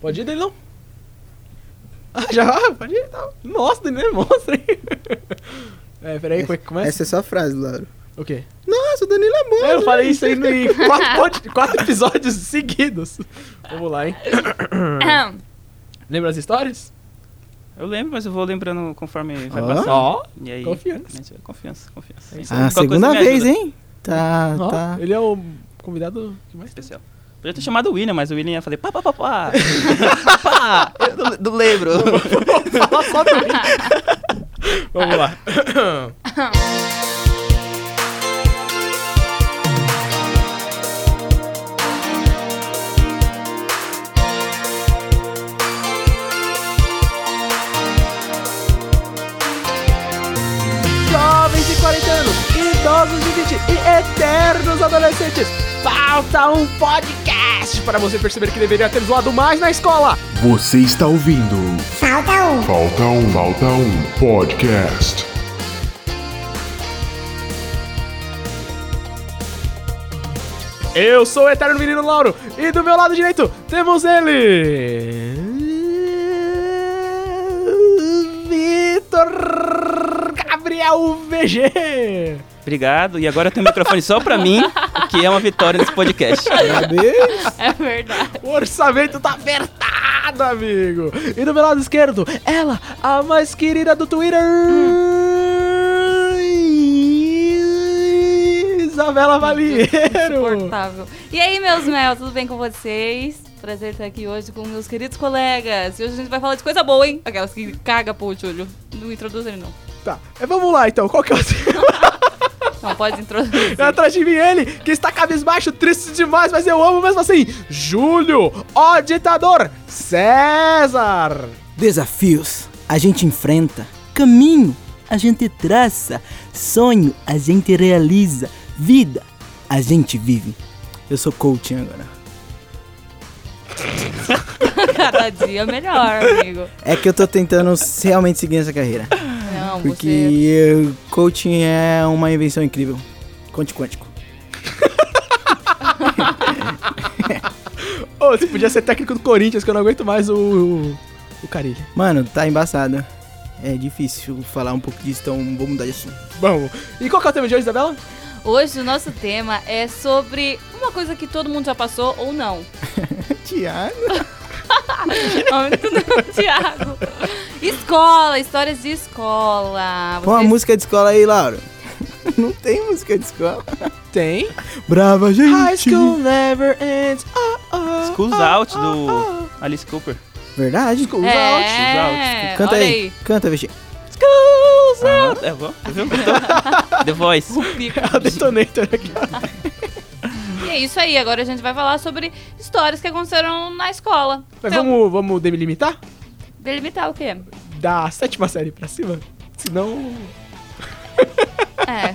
Pode ir, Danilão? Ah, já? ah, Pode ir, tá. Nossa, Danilão, mostra aí. É, peraí, como é que começa? Essa é só a frase, Lauro. O quê? Nossa, o Danilo é bom. É, eu né? falei isso aí no- em quatro, pod- quatro episódios seguidos. Vamos lá, hein? Aham. Lembra as histórias? Eu lembro, mas eu vou lembrando conforme vai Ó. passando. Ó, E aí, Confiança. né, Confiança, confiança. Isso. Ah, Qualquer coisa segunda me vez, ajuda. hein? Tá, ó, tá. ele é o convidado que mais Especial. Podia ter chamado o William, mas o William ia falar pá, pá, pá, pá. pá. Eu não, não lembro. Fala só do Vamos lá. Jovens de 40 anos, idosos de 20 e eternos adolescentes, falta um podcast para você perceber que deveria ter zoado mais na escola. Você está ouvindo Falta um, falta um podcast. Eu sou o Eterno Menino Lauro e do meu lado direito temos ele. Vitor Gabriel VG. Obrigado. E agora eu tenho um microfone só pra mim, o que é uma vitória nesse podcast. É verdade. O orçamento tá apertado, amigo. E do meu lado esquerdo, ela, a mais querida do Twitter. Isabela Valheiro. Insuportável. E aí, meus mel, tudo bem com vocês? Prazer estar aqui hoje com meus queridos colegas. E hoje a gente vai falar de coisa boa, hein? Aquelas que caga, pô, Júlio. Não introduz ele, não. Tá, é, vamos lá então. Qual que é o tema? Não pode introduzir. É atrás de mim ele, que está cabisbaixo, triste demais, mas eu amo mesmo assim. Júlio, ó ditador, César. Desafios a gente enfrenta, caminho a gente traça, sonho a gente realiza, vida a gente vive. Eu sou coaching agora. Cada dia melhor, amigo. É que eu tô tentando realmente seguir essa carreira. Não, você... Porque coaching é uma invenção incrível. Conte quântico. Ô, você podia ser técnico do Corinthians, que eu não aguento mais o. o, o Carilho. Mano, tá embaçado. É difícil falar um pouco disso, então vou mudar de assunto. Vamos. E qual que é o tema de hoje, Isabela? Hoje o nosso tema é sobre uma coisa que todo mundo já passou ou não. Tiago. Muito não, Thiago. Escola, histórias de escola. Põe uma Vocês- música de escola aí, Laura. Não tem música de escola. Tem. Brava, gente. High School Never Ends. Oh, oh, Schools oh, Out oh, do- oh. Alice Cooper. Verdade. É, tipo, Out, Canta olha aí. Canta, VG. Schools Out. Ah, é bom. Viu? The Voice. Pico. É o detonator aqui. E é isso aí, agora a gente vai falar sobre histórias que aconteceram na escola. Mas Então, vamos, vamos delimitar? delimitar o quê? Da sétima série pra cima? Senão. É,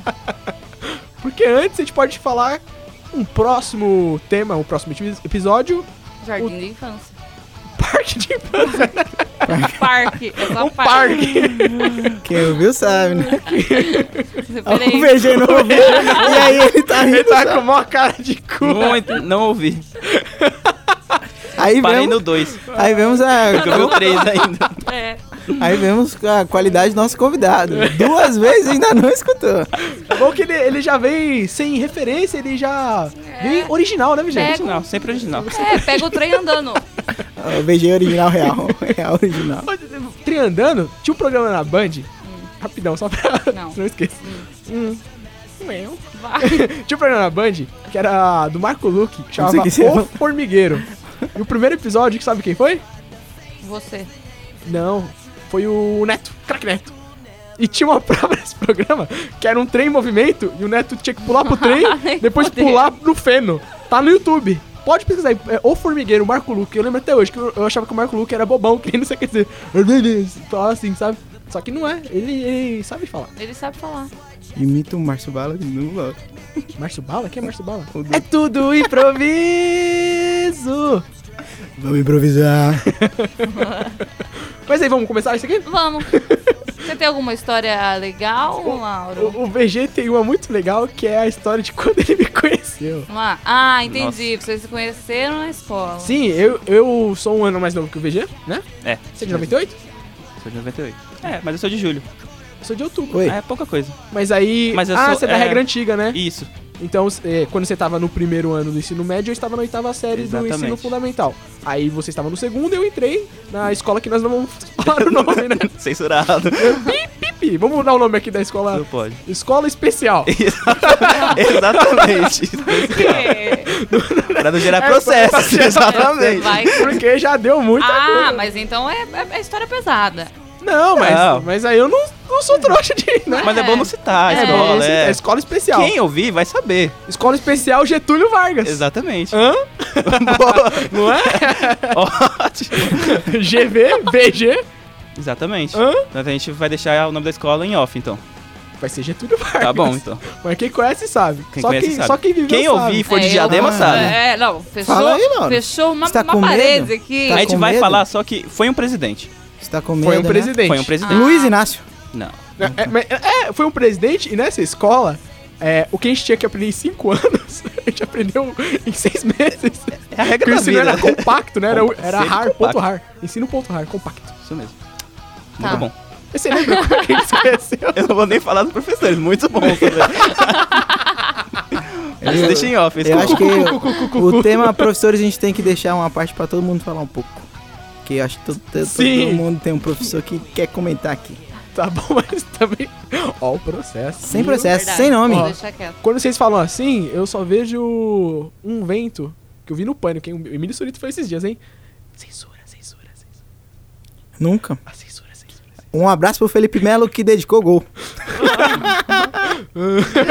Porque antes a gente pode falar um próximo tema, um próximo epi- episódio. jardim de infância. Parque de infância. Parque, é só Um parque. parque. Quem ouviu sabe, né? O Peraí, VG não ouviu. e aí ele tá Ele rindo. tá só. com a maior cara de cu. Muito, não ouvi. Aí Parei vemos, no 2. aí vemos Eu vi o a... 3 ainda. é, Aí vemos a qualidade do nosso convidado. Duas vezes ainda não escutou. É bom que ele, ele já vem sem referência, ele já vem original, né, gente? Pega. Original, sempre original. é, pega o trem andando. O VG é original real. Real original. Triandando, tinha um programa na Band. Rapidão, só pra. Não. Não esqueça. Vai. Tinha um programa na Band que era do Marco Luque, que chamava sei que é. se O eu- Formigueiro. E o primeiro episódio, que sabe quem foi? Você. Não, foi o Neto, craque Neto. E tinha uma prova nesse programa que era um trem em movimento e o Neto tinha que pular pro trem, Ai, depois poder. pular no feno. Tá no YouTube. Pode pesquisar aí. É o Formigueiro, o Marco Luque. Eu lembro até hoje que eu, eu achava que o Marco Luque era bobão, que ele não sei o que dizer. Falava assim, sabe? Só que não é. Ele, ele sabe falar. Ele sabe falar. Imita o Márcio Bala de novo. Márcio Bala? Quem é Márcio Bala? O do- É tudo improviso! Vamos improvisar. Mas aí, vamos começar isso aqui? Vamos. Você tem alguma história legal, Lauro? O, o VG tem uma muito legal, que é a história de quando ele me conheceu. Vamos lá. Ah, entendi. Vocês se conheceram na escola. Sim, eu, eu sou um ano mais novo que o VG, né? É. Você é de 98? Sou de 98. É, mas eu sou de julho. Eu sou de outubro. Oi. É pouca coisa. Mas aí. Mas eu ah, sou- você é da é. regra antiga, né? Isso. Então, é, quando você tava no primeiro ano do ensino médio, eu estava na oitava série do Exatamente. ensino fundamental. Aí você estava no segundo, eu entrei na escola que nós não vamos falar o nome, né? Censurado. Pipi, vamos mudar o nome aqui da escola. Não pode. Escola Especial. Exatamente. É. pra não gerar processo. Exatamente. Vai. Porque já deu muita Ah, coisa. mas então é, é, é história pesada. Não, mas, Não. mas aí eu não, não sou trouxa de. Né? Mas é bom não citar a É. escola, é, é. Escola Especial. Quem ouvir vai saber. Escola Especial Getúlio Vargas. Exatamente. Hã? Boa. Ah. Não é? Ótimo. GV, VG. Exatamente. Hã? Então a gente vai deixar o nome da escola em off, então. Vai ser Getúlio Vargas. Tá bom, então. Mas quem conhece sabe. Quem só, conhece quem, sabe. só quem viveu Quem sabe. ouvir e for de É, eu- Diadema sabe. É, não, fechou, Fala aí, Lauro. fechou uma, Você tá uma com medo? parede aqui. Tá a gente com vai medo? falar só que foi um presidente. Você tá com medo, Foi um né? presidente. Foi um presidente. Luiz Inácio. Não. É, é, mas- é, foi um presidente e nessa escola, é, o que a gente tinha que aprender em 5 anos, a gente aprendeu em 6 meses. É a regra Porque o da ensino vida. era compacto, né? Era, Compa- era sempre hard, compacto. ponto hard. Ensino ponto hard, compacto. Isso mesmo. Tá. Muito bom. Você lembra como que ele se conheceu? Eu não vou nem falar dos professores, muito bom também. Mas deixa em off. Eu acho que cu, cu, cu, cu, o cu. tema professores a gente tem que deixar uma parte pra todo mundo falar um pouco. Porque eu acho que todo, todo- Sim. todo mundo tem um professor que quer comentar aqui. Tá bom, mas também. Ó, o processo. Sem processo, Verdade, sem nome. Vou deixar quieto. Quando vocês falam assim, eu só vejo um vento que eu vi no pânico, hein? O Emílio Surito foi esses dias, hein? Censura, censura, censura. Nunca. Ah, censura, censura. Um abraço pro Felipe Melo que dedicou gol.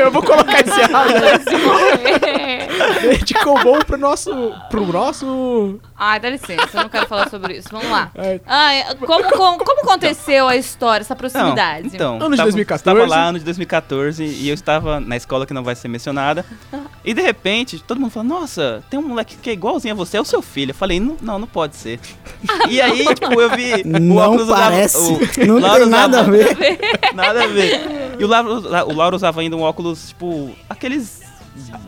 eu vou colocar esse áudio. Dedicou bom pro nosso. pro nosso. Ai, dá licença, eu não quero falar sobre isso. Vamos lá. É. Ai, como, como, como aconteceu a história, essa Não, proximidade? então, Ano de tava- 2014. Tava lá, ano de 2014, e eu estava na escola que não vai ser mencionada. E de repente, todo mundo falou: Nossa, tem um moleque que é igualzinho a você, é o seu filho. Eu falei: Não, não, não pode ser. E aí, tipo, eu vi. o Não óculos do Lauro- parece. o- Não Lauro tem nada a usava- ver. Nada a ver. E o Lauro, o Lauro usava ainda um óculos, tipo, aqueles.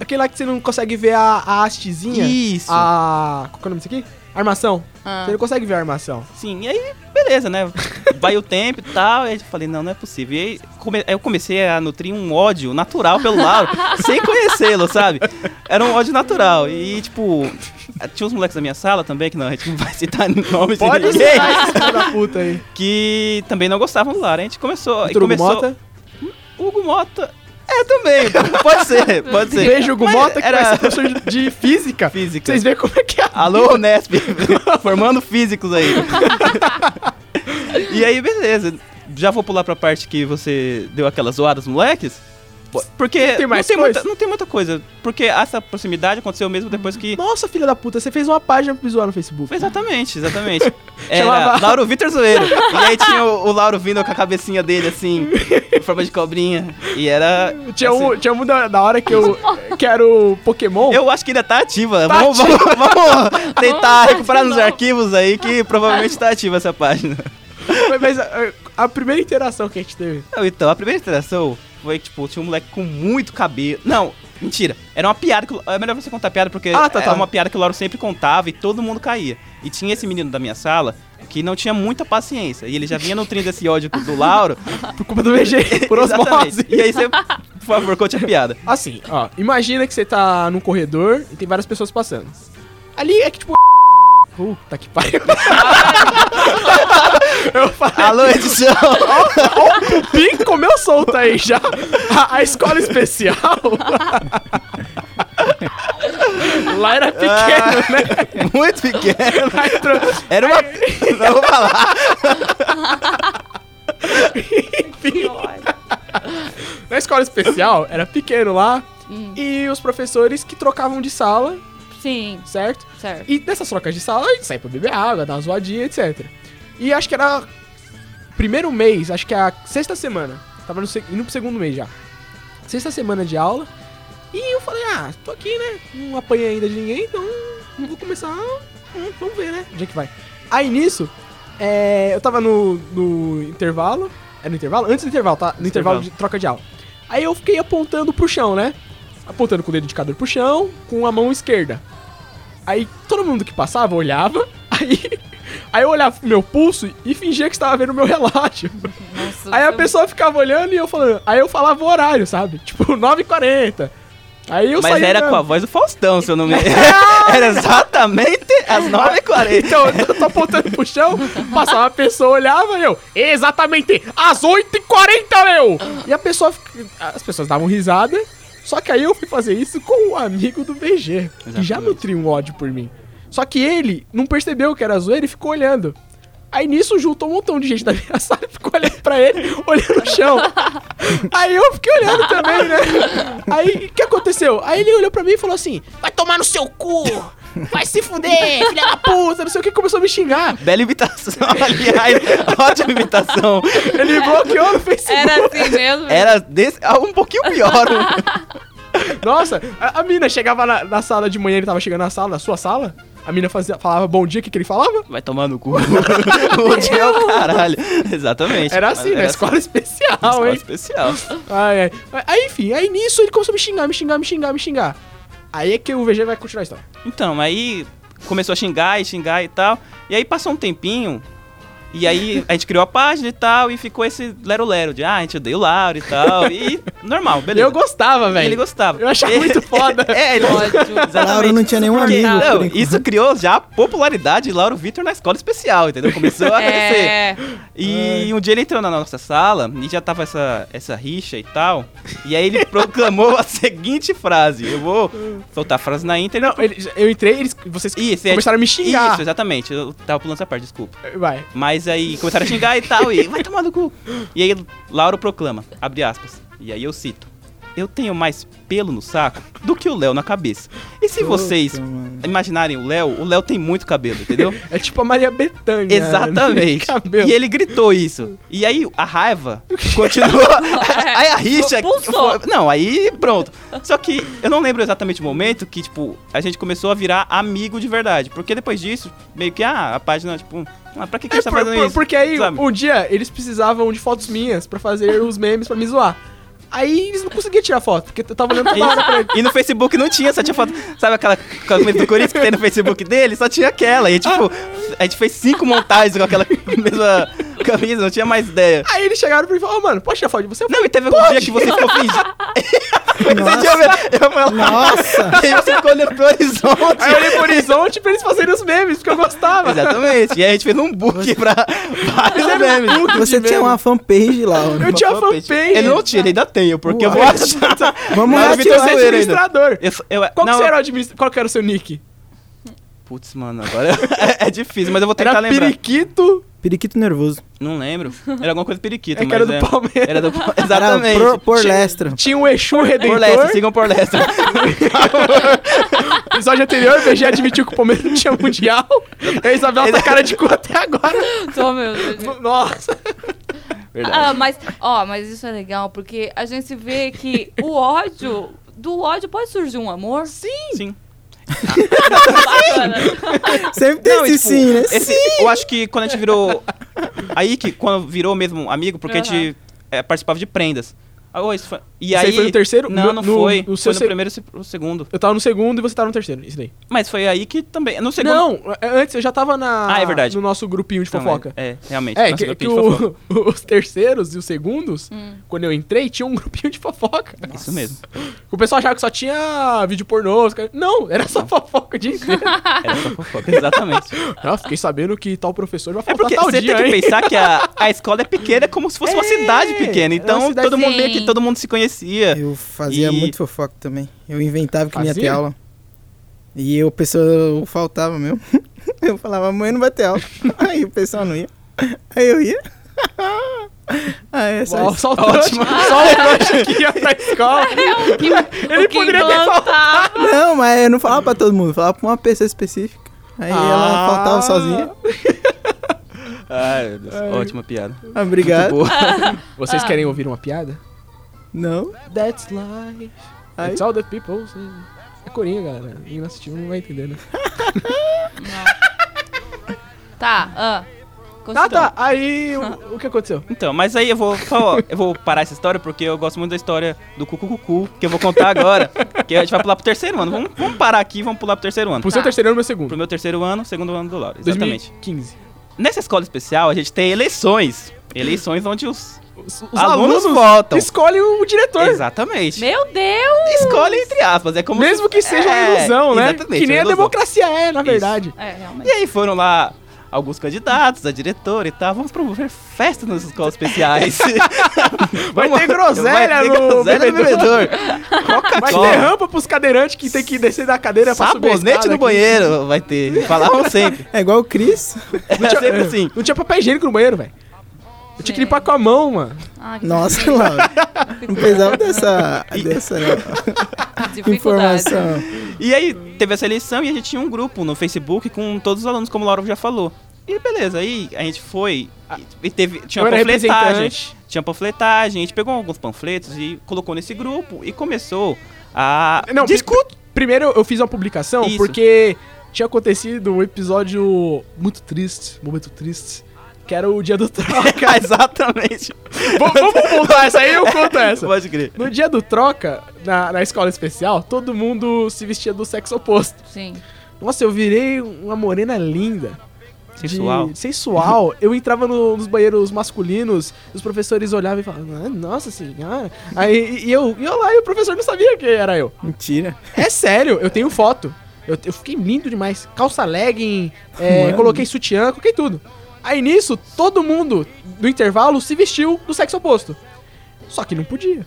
Aquele lá que você não consegue ver a, a hastezinha. Isso. A. Qual que é o nome disso aqui? Armação. Ah. Você não consegue ver a armação. Sim, e aí, beleza, né? Vai o tempo e tal. E aí eu falei, não, não é possível. E aí come- eu comecei a nutrir um ódio natural pelo Lauro, sem conhecê-lo, sabe? Era um ódio natural. E, tipo, tinha uns moleques da minha sala também, que não, a gente não vai citar nomes de Pode ninguém, ser, filho da puta aí. que também não gostavam do Lauro. A gente começou. e Vitor Hugo começou Mota. Hugo Mota. É, também. Pode ser, pode ser. Beijo, Hugo Mas Mota, que era- era... vai ser professor de física. Física. Vocês veem como é que é. Alô, Nesp, formando físicos aí. e aí, beleza. Já vou pular pra parte que você deu aquelas zoadas, moleques. Porque Tem mais não, tem muita, coisa? não tem muita coisa. Porque essa proximidade aconteceu mesmo depois que. Nossa, filha da puta, você fez uma página pra me zoar no Facebook. Exatamente, exatamente. Era Chamava- Lauro Vitor Zoeiro. E aí tinha o, o Lauro vindo com a cabecinha dele, assim, em forma de cobrinha. E era. Tinha assim, um, tinha um da, da hora que eu quero Pokémon. Eu acho que ainda tá ativa. Tá vamos, vamos- vamos tentar Vamos recuperar nos ativar. arquivos aí que provavelmente tá ativa essa página. Mas a, a primeira interação que a gente teve. Não, Então, a primeira interação foi, tipo, tinha um moleque com muito cabelo. Não, mentira. Era uma piada que. É melhor você contar a piada, porque Ah, tá, era tá. uma piada que o Lauro sempre contava e todo mundo caía. E tinha esse menino da minha sala que não tinha muita paciência. E ele já vinha nutrindo esse ódio do Lauro. Por culpa do VG, por Exatamente. osmose. E aí você, por favor, conte a piada. Assim, ó, imagina que você tá num corredor e tem várias pessoas passando. Ali é que tipo. Puta que pariu. Eu falei, Alô, edição! o Pim comeu solto aí já. A, a escola especial. Lá era pequeno, né? Tá muito pequeno. Lá entrou- Era uma. Não vou falar. Na escola especial, era pequeno lá. E os professores que trocavam de sala, Sim, certo? certo. E nessas trocas de sala, a gente sai pra beber água, dar uma zoadinha, etc. E acho que era primeiro mês, acho que a sexta semana. Tava no, se- indo pro segundo mês já. Sexta semana de aula. E eu falei, ah, tô aqui, né? Não apanhei ainda de ninguém, então vou começar. hum, eh, Vamos ver, né? Onde é que vai. Aí nisso, é, eu tava no, no intervalo. É no intervalo? Antes do intervalo, tá? No intervalo, intervalo. de troca de aula. Aí eu fiquei apontando pro chão, né? Apontando com o dedo indicador pro chão, com a mão esquerda. Aí todo mundo que passava olhava, aí, aí eu olhava pro meu pulso e fingia que estava vendo o meu relógio. Nossa, Aí a você- pessoa ficava olhando e eu falando. Aí eu falava o horário, sabe? Tipo, 9h40. Aí eu Mas saía era andando. com a voz do Faustão, se eu não me Era exatamente às 9h40. Então, eu tô apontando pro chão, passava a pessoa, olhava e eu, exatamente, às 8h40, meu! E a pessoa, fica- as pessoas davam risada, só que aí eu fui fazer isso com o amigo do BG, que já Exatamente. nutria um ódio por mim. Só que ele não percebeu que era zoeira e ficou olhando. Aí nisso juntou um montão de gente da minha sala, ficou olhando pra ele, olhando no chão. Aí eu fiquei olhando também, né? Aí o que aconteceu? Aí ele olhou pra mim e falou assim: vai tomar no seu cu! Vai se fuder, filha da puta, não sei o que, começou a me xingar. Bela imitação, aliás. Ótima imitação. Ele me bloqueou no Facebook. Era assim mesmo? Era desse, ah, um pouquinho pior. Nossa, a, a mina chegava na, na sala de manhã, ele tava chegando na sala, na sua sala. A mina fazia, falava bom dia, o que, que ele falava? Vai tomar no cu. o dia é o caralho. Exatamente. assim, Era assim, né? Escola especial, Escola hein? especial. Ai, ai. Aí, enfim, aí nisso ele começou a me xingar, me xingar, me xingar, me xingar. Aí é que o VG vai continuar a história. Então, aí começou a xingar e xingar e tal. E aí passou um tempinho. E aí a gente criou a página e tal. E ficou esse lero-lero de, ah, a gente odeia o Lauro e tal. E normal, beleza. Eu gostava, velho. Ele gostava. Eu achava muito foda. É, ele Ódio. Exatamente. Lauro não tinha nenhum Porque- amigo, por Não, enquanto. isso criou já a popularidade de Lauro Vitor na escola especial, entendeu? Começou a crescer. É. E um dia ele entrou na nossa sala e já tava essa, essa rixa e tal. E aí ele proclamou a seguinte frase. Eu vou soltar a frase na íntegra. Não, ele- eu entrei, eles, vocês Isso, é- começaram a me xingar. Isso, exatamente. Eu tava pulando essa parte, desculpa. Vai. Mas aí começaram a xingar e tal, e vai tomar no cu. E aí Lauro proclama, abre aspas. E aí eu cito. Eu tenho mais pelo no saco do que o Léo na cabeça. E se vocês mano. imaginarem o Léo, o Léo tem muito cabelo, entendeu? É tipo a Maria Bethânia. Exatamente. Cabelo. E ele gritou isso. E aí a raiva continuou. aí a rixa. Pulsou. foi- Não, aí pronto. Só que eu não lembro exatamente o momento que, tipo, a gente começou a virar amigo de verdade. Porque depois disso, meio que, ah, a página, tipo, ah, pra que, que a É, gente tá por- fazendo por- isso? Porque aí, Sabe? um dia, eles precisavam de fotos minhas pra fazer os memes pra me zoar. Aí eles não conseguiam tirar foto, porque eu tava olhando pra hora pra ele. E no Facebook não tinha, só tinha foto. Sabe aquela camisa do Corinthians que tem no Facebook dele? Só tinha aquela. E tipo, a gente fez cinco montagens com aquela mesma camisa, não tinha mais ideia. Aí eles chegaram pra mim e falaram, "Ô, mano, pode tirar foto de você? Eu Não, e teve algum dia que você ficou fingindo. Você Nossa. tinha ver- Eu falei, Nossa! E aí você ficou olhando pro horizonte. Aí eu olhei pro horizonte pra eles fazerem os memes, porque eu gostava. Exatamente. E aí a gente fez um book pra vários memes. Você tinha uma fanpage lá, ó. Eu tinha fanpage. Ele não tinha, ele ainda tem, porque eu vou Uau. achar. Vamos Mas lá, o Vitor tio, Você é zoeira ainda. administrador. Eu, eu, Qual, que não, você era o administra... Qual que era o seu nick? Putz, mano, agora é, é difícil, mas eu vou tentar Era lembrar. periquito. Periquito nervoso. Não lembro. Era alguma coisa periquito, É que mas era do é- Palmeiras. Era do Palmeiras. Era Exatamente. pro- Porlestra. Tinha o Exu Redentor. Por Lester, sigam por Lester. No episódio anterior, o VG admitiu que o Palmeiras não tinha mundial. E a Isabela tá cara de cu até agora. Tô, meu Deus. Nossa. Ah, mas, ó, mas isso é legal, porque a gente vê que o ódio, do ódio pode surgir um amor. Sim! Sim. Bacana. Sempre tem Não, e, esse tipo, sim, né? esse- Eu acho que quando a gente virou. Aí que quando virou mesmo amigo, porque a gente é, participava de prendas. Ah, ô, isso foi- E Isso aí aí. foi no terceiro? No- Não, não no- foi. no foi seu no seg- primeiro e se- o segundo. Eu tava no segundo e você tava no terceiro, isso daí. Mas foi aí que também. No segundo. Não, é- antes eu já tava na, Ah, é verdade. no nosso grupinho de Não, fofoca. É, é, realmente. É, nosso que, que grupinho de o- fofoca. os terceiros e os segundos, quando eu entrei, tinha um grupinho de fofoca. Isso mesmo. O pessoal achava que só tinha vídeo pornô. os caras- Não, era só fofoca de Era só fofoca. Exatamente. Não, fiquei sabendo que tal professor vai É faltar porque tal você dia, tem que hein? pensar que a, a escola é pequena, é como se fosse uma É, cidade pequena. era uma Então cidade- todo mundo meio Sim. que todo mundo se conhecia. Eu fazia E- muito fofoca também. Eu inventava que não ia ter Fazia? aula. E eu, o pessoal, eu faltava mesmo. Eu falava, amanhã não vai ter aula. Aí o pessoal não ia. Aí eu ia. Aí é só Uau, isso. Só o Tá trouxa, só o trouxa que ia pra escola. É Ele Quem poderia ter faltado. plantava. Não, mas eu não falava pra todo mundo. eu Falava pra uma pessoa específica. Aí ela Ah. faltava sozinha. Ai, meu Deus. Ótima piada. Obrigado. Muito boa. Ah. Vocês querem ouvir uma piada? Não. That's life. Ai. It's all the people. say. É corinha, galera. Ninguém não Então assistiu não vai entender, né? Tá, ah, Tá, Continua. tá. Aí, o, o que aconteceu? Então, mas aí eu vou só eu vou parar essa história porque eu gosto muito da história do cucucucu que eu vou contar agora. que a gente vai pular pro terceiro ano. Vamos, vamos parar aqui, vamos pular pro terceiro ano. Pro seu Tá. terceiro ano, meu segundo. Pro meu terceiro ano, segundo ano do Lauro. Exatamente. 2015. Nessa escola especial a gente tem eleições. Eleições onde os Os, os alunos, votam. escolhem o diretor. Exatamente. Meu Deus! Escolhe entre aspas, é como Mesmo que seja uma É, ilusão, né? exatamente, Que nem uma a ilusão. democracia é, na Isso. verdade. É, realmente. E aí foram lá alguns candidatos, a diretora e tal. Vamos promover festas nas escolas especiais. Vai Vamos- ter groselha vai ter no groselha no bebedor. bebedor. Mas Coca-Cola. tem rampa pros cadeirantes que tem que descer da cadeira pra subir a Sabonete escada no aqui. banheiro vai ter. Falavam sempre. É igual o Cris. É sempre assim. Não tinha papel higiênico no banheiro, velho. Eu tinha que limpar com a mão, mano. Ah, que Nossa, Laura. um Não precisava dessa, dessa dificuldade. informação. E aí teve essa eleição e a gente tinha um grupo no Facebook com todos os alunos, como o Lauro já falou. E beleza, aí a gente foi e teve, tinha Eu era panfletagem. representante. Tinha panfletagem, a gente pegou alguns panfletos e colocou nesse grupo e começou a Não, pri- discutir. Primeiro eu fiz uma publicação Isso. porque tinha acontecido um episódio muito triste, momento triste, que era o dia do troca. Exatamente. Vamos- Vamos voltar essa aí, eu conto essa. Pode crer. No dia do troca, na, na escola especial, todo mundo se vestia do sexo oposto. Sim. Nossa, eu virei uma morena linda. de- Sensual. sensual. Eu entrava no- nos banheiros masculinos, os professores olhavam e falavam, "Ah, nossa senhora. Aí e eu, e eu lá e o professor não sabia que era eu. Mentira. É sério, eu tenho foto. Eu, eu fiquei lindo demais. Calça legging, é, Mano. coloquei sutiã, coloquei tudo. Aí nisso, todo mundo do intervalo se vestiu do sexo oposto. Só que não podia.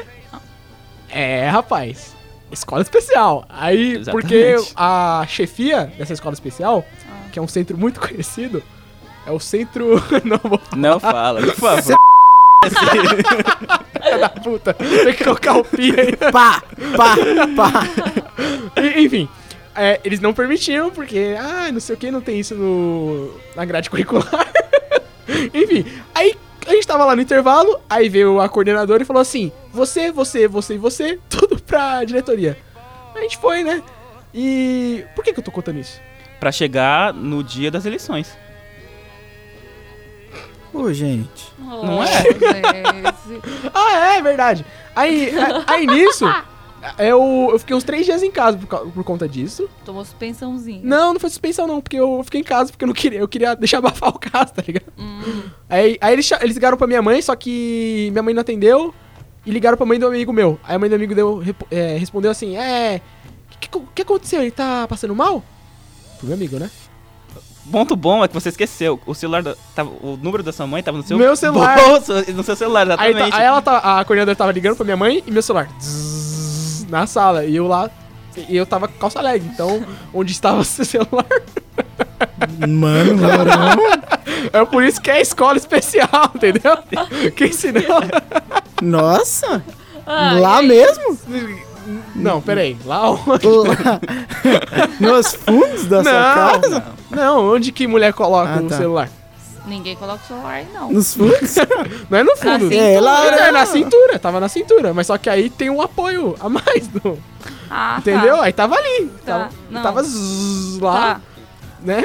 é, rapaz. Escola especial. Aí, Exatamente. porque a chefia dessa escola especial, que é um centro muito conhecido, é o centro. não, vou Não fala, por favor. filha da puta. Tem que colocar o pi aí. Pá, pá, pá. E- Enfim, é, eles não permitiam, porque, ah, não sei o que, não tem isso no, na grade curricular. Enfim, aí a gente tava lá no intervalo, aí veio a coordenadora e falou assim: você, você, você e você, tudo pra diretoria. A gente foi, né? E por que, que eu tô contando isso? pra chegar no dia das eleições. Ô, gente. Não é? é? Ah, é verdade. Aí, a- aí nisso, é, eu, eu fiquei uns três dias em casa por, cau- por conta disso. Tomou suspensãozinho. Não, não foi suspensão, não, porque eu fiquei em casa porque eu não queria, eu queria deixar abafar o caso, tá ligado? Hum, Aí, aí eles, cha- eles ligaram pra minha mãe, só que minha mãe não atendeu. E ligaram pra mãe do amigo meu. Aí a mãe do amigo deu, repo- é, respondeu assim: É. O que, que- que aconteceu? Ele tá passando mal? Pro meu amigo, né? Ponto bom é que você esqueceu. O celular da- tava, o número da sua mãe tava no seu Meu celular. bolso, no seu celular, Aí, exatamente. tá- aí ela tá, a coordenadora tava ligando pra minha mãe e meu celular. Zzz, na sala. E eu lá. E eu tava com calça leg. Então, onde estava o seu celular? Mano, Laurão. É por isso que é escola especial, entendeu? Quem ensinou? Nossa. Ah, lá e aí? mesmo? Não, peraí. Lá onde? Lá. Nos fundos da sua Não, casa? Não, onde que mulher coloca Ah, o tá. celular? Ninguém coloca o celular aí, não. Nos fundos? Não é no fundo. Assim. É, Era Laura. na cintura, tava na cintura, mas só que aí tem um apoio a mais, do, Ah, entendeu? Tá. Aí tava ali, Tá, tava, não. tava zzz lá, Tá. né?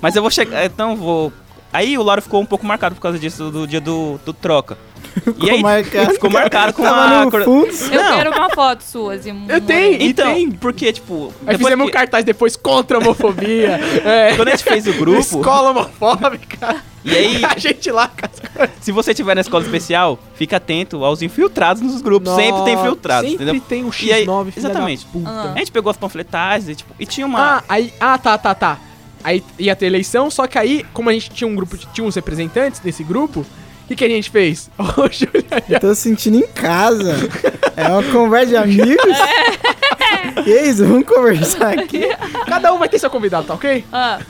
Mas eu vou chegar. Então vou. Aí o Lauro ficou um pouco marcado por causa disso do dia do, do troca. e aí marcado. ficou marcado com Tava Ah, a. no cor- fundos? Eu Não. quero uma foto sua, de Eu tenho, e Então, tem. porque, tipo. Aí depois fizemos um que- cartaz depois contra a homofobia, é, Quando a gente fez o grupo, escola homofóbica, e aí, a gente lá... com as coisas. se você tiver na escola especial, fica atento aos infiltrados nos grupos. sempre tem infiltrado, Sempre entendeu? tem um E aí- X9, filha exatamente. da puta. Ah. A gente pegou as panfletagens e, tipo, e tinha uma. Ah, aí, ah, tá, tá, tá. Aí ia ter eleição, só que aí, como a gente tinha um grupo, de- tinha uns representantes desse grupo, o que, que a gente fez? Ô, Julia, Eu tô sentindo em casa. É uma conversa de amigos? E é isso, vamos conversar aqui. Cada um vai ter seu convidado, tá ok? Ah,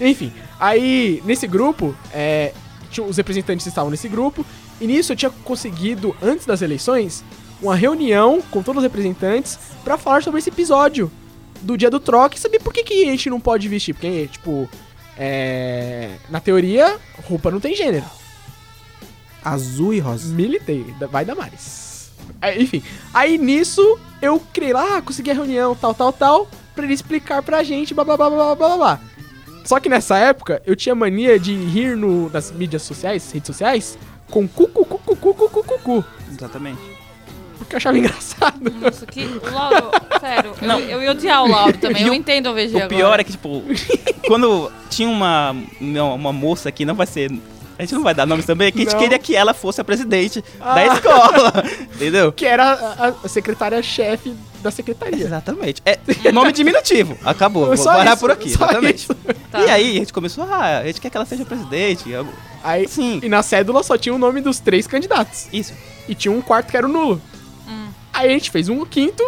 Enfim, aí nesse grupo, é, tinha- os representantes estavam nesse grupo, e nisso eu tinha conseguido, antes das eleições, uma reunião com todos os representantes pra falar sobre esse episódio do dia do troca e saber por que, que a gente não pode vestir. Porque, tipo, é, na teoria, roupa não tem gênero. Azul e rosa. Militei, da- vai dar mais. É, enfim, aí nisso eu criei lá, ah, consegui a reunião, tal, tal, tal, pra ele explicar pra gente, blá blá blá blá blá blá blá. Só que nessa época, eu tinha mania de rir no, nas mídias sociais, redes sociais, com cu, cu, cu, cu, cu, cu, cu, cu, cu, Exatamente. porque eu achava engraçado. Nossa, que. O Lauro, sério. Não. Eu, eu ia odiar o Lauro também. E Eu o- entendo o VG O agora. pior é que, tipo, quando tinha uma, não, uma moça que não vai ser. A gente não vai dar nomes também, que a gente Não. queria que ela fosse a presidente Ah. da escola. Entendeu? Que era a, a- a secretária-chefe da secretaria. Então, Exatamente. É nome diminutivo. Acabou. Vou Só parar isso, por aqui. só Exatamente. isso. Tá. E aí, a gente começou, ah, a gente quer que ela seja presidente. Aí, Sim. E na cédula só tinha o nome dos três candidatos. Isso. E tinha um quarto que era o nulo. Aí a gente fez um quinto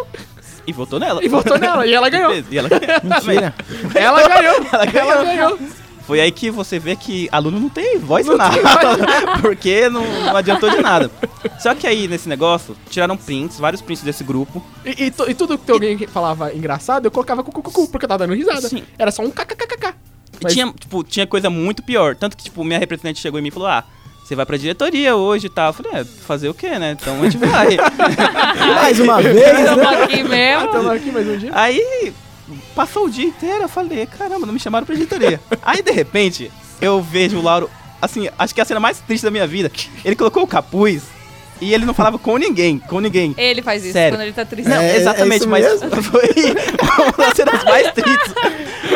E votou nela. e votou nela. E ela ganhou. E ela ganhou. Mentira. Ela ganhou. Ela ganhou. Ela ganhou. Foi aí que você vê que aluno não tem voz Não na tem aula, porque não, não adiantou de nada. Só que aí, nesse negócio, tiraram prints, vários prints desse grupo. E, e tu- e tudo que alguém que falava engraçado, eu colocava cu, cu, cu, cu, porque eu tava dando risada. Sim. Era só um kkkk. E tinha, tipo, tinha coisa muito pior. Tanto que, tipo, minha representante chegou em mim e falou, ah, você vai pra diretoria hoje e tal. Eu falei, é, fazer o quê, né? Então a gente vai. Mais uma vez, né? Estamos aqui mesmo. Estamos aqui mais um dia. aí, passou o dia inteiro, eu falei, caramba, não me chamaram pra diretoria. aí, de repente, eu vejo o Lauro, assim, acho que é a cena mais triste da minha vida. Ele colocou o capuz e ele não falava com ninguém, com ninguém. Ele faz isso Sério. quando ele tá triste. Não, É, é exatamente, isso mas mesmo? foi uma das cenas mais tristes.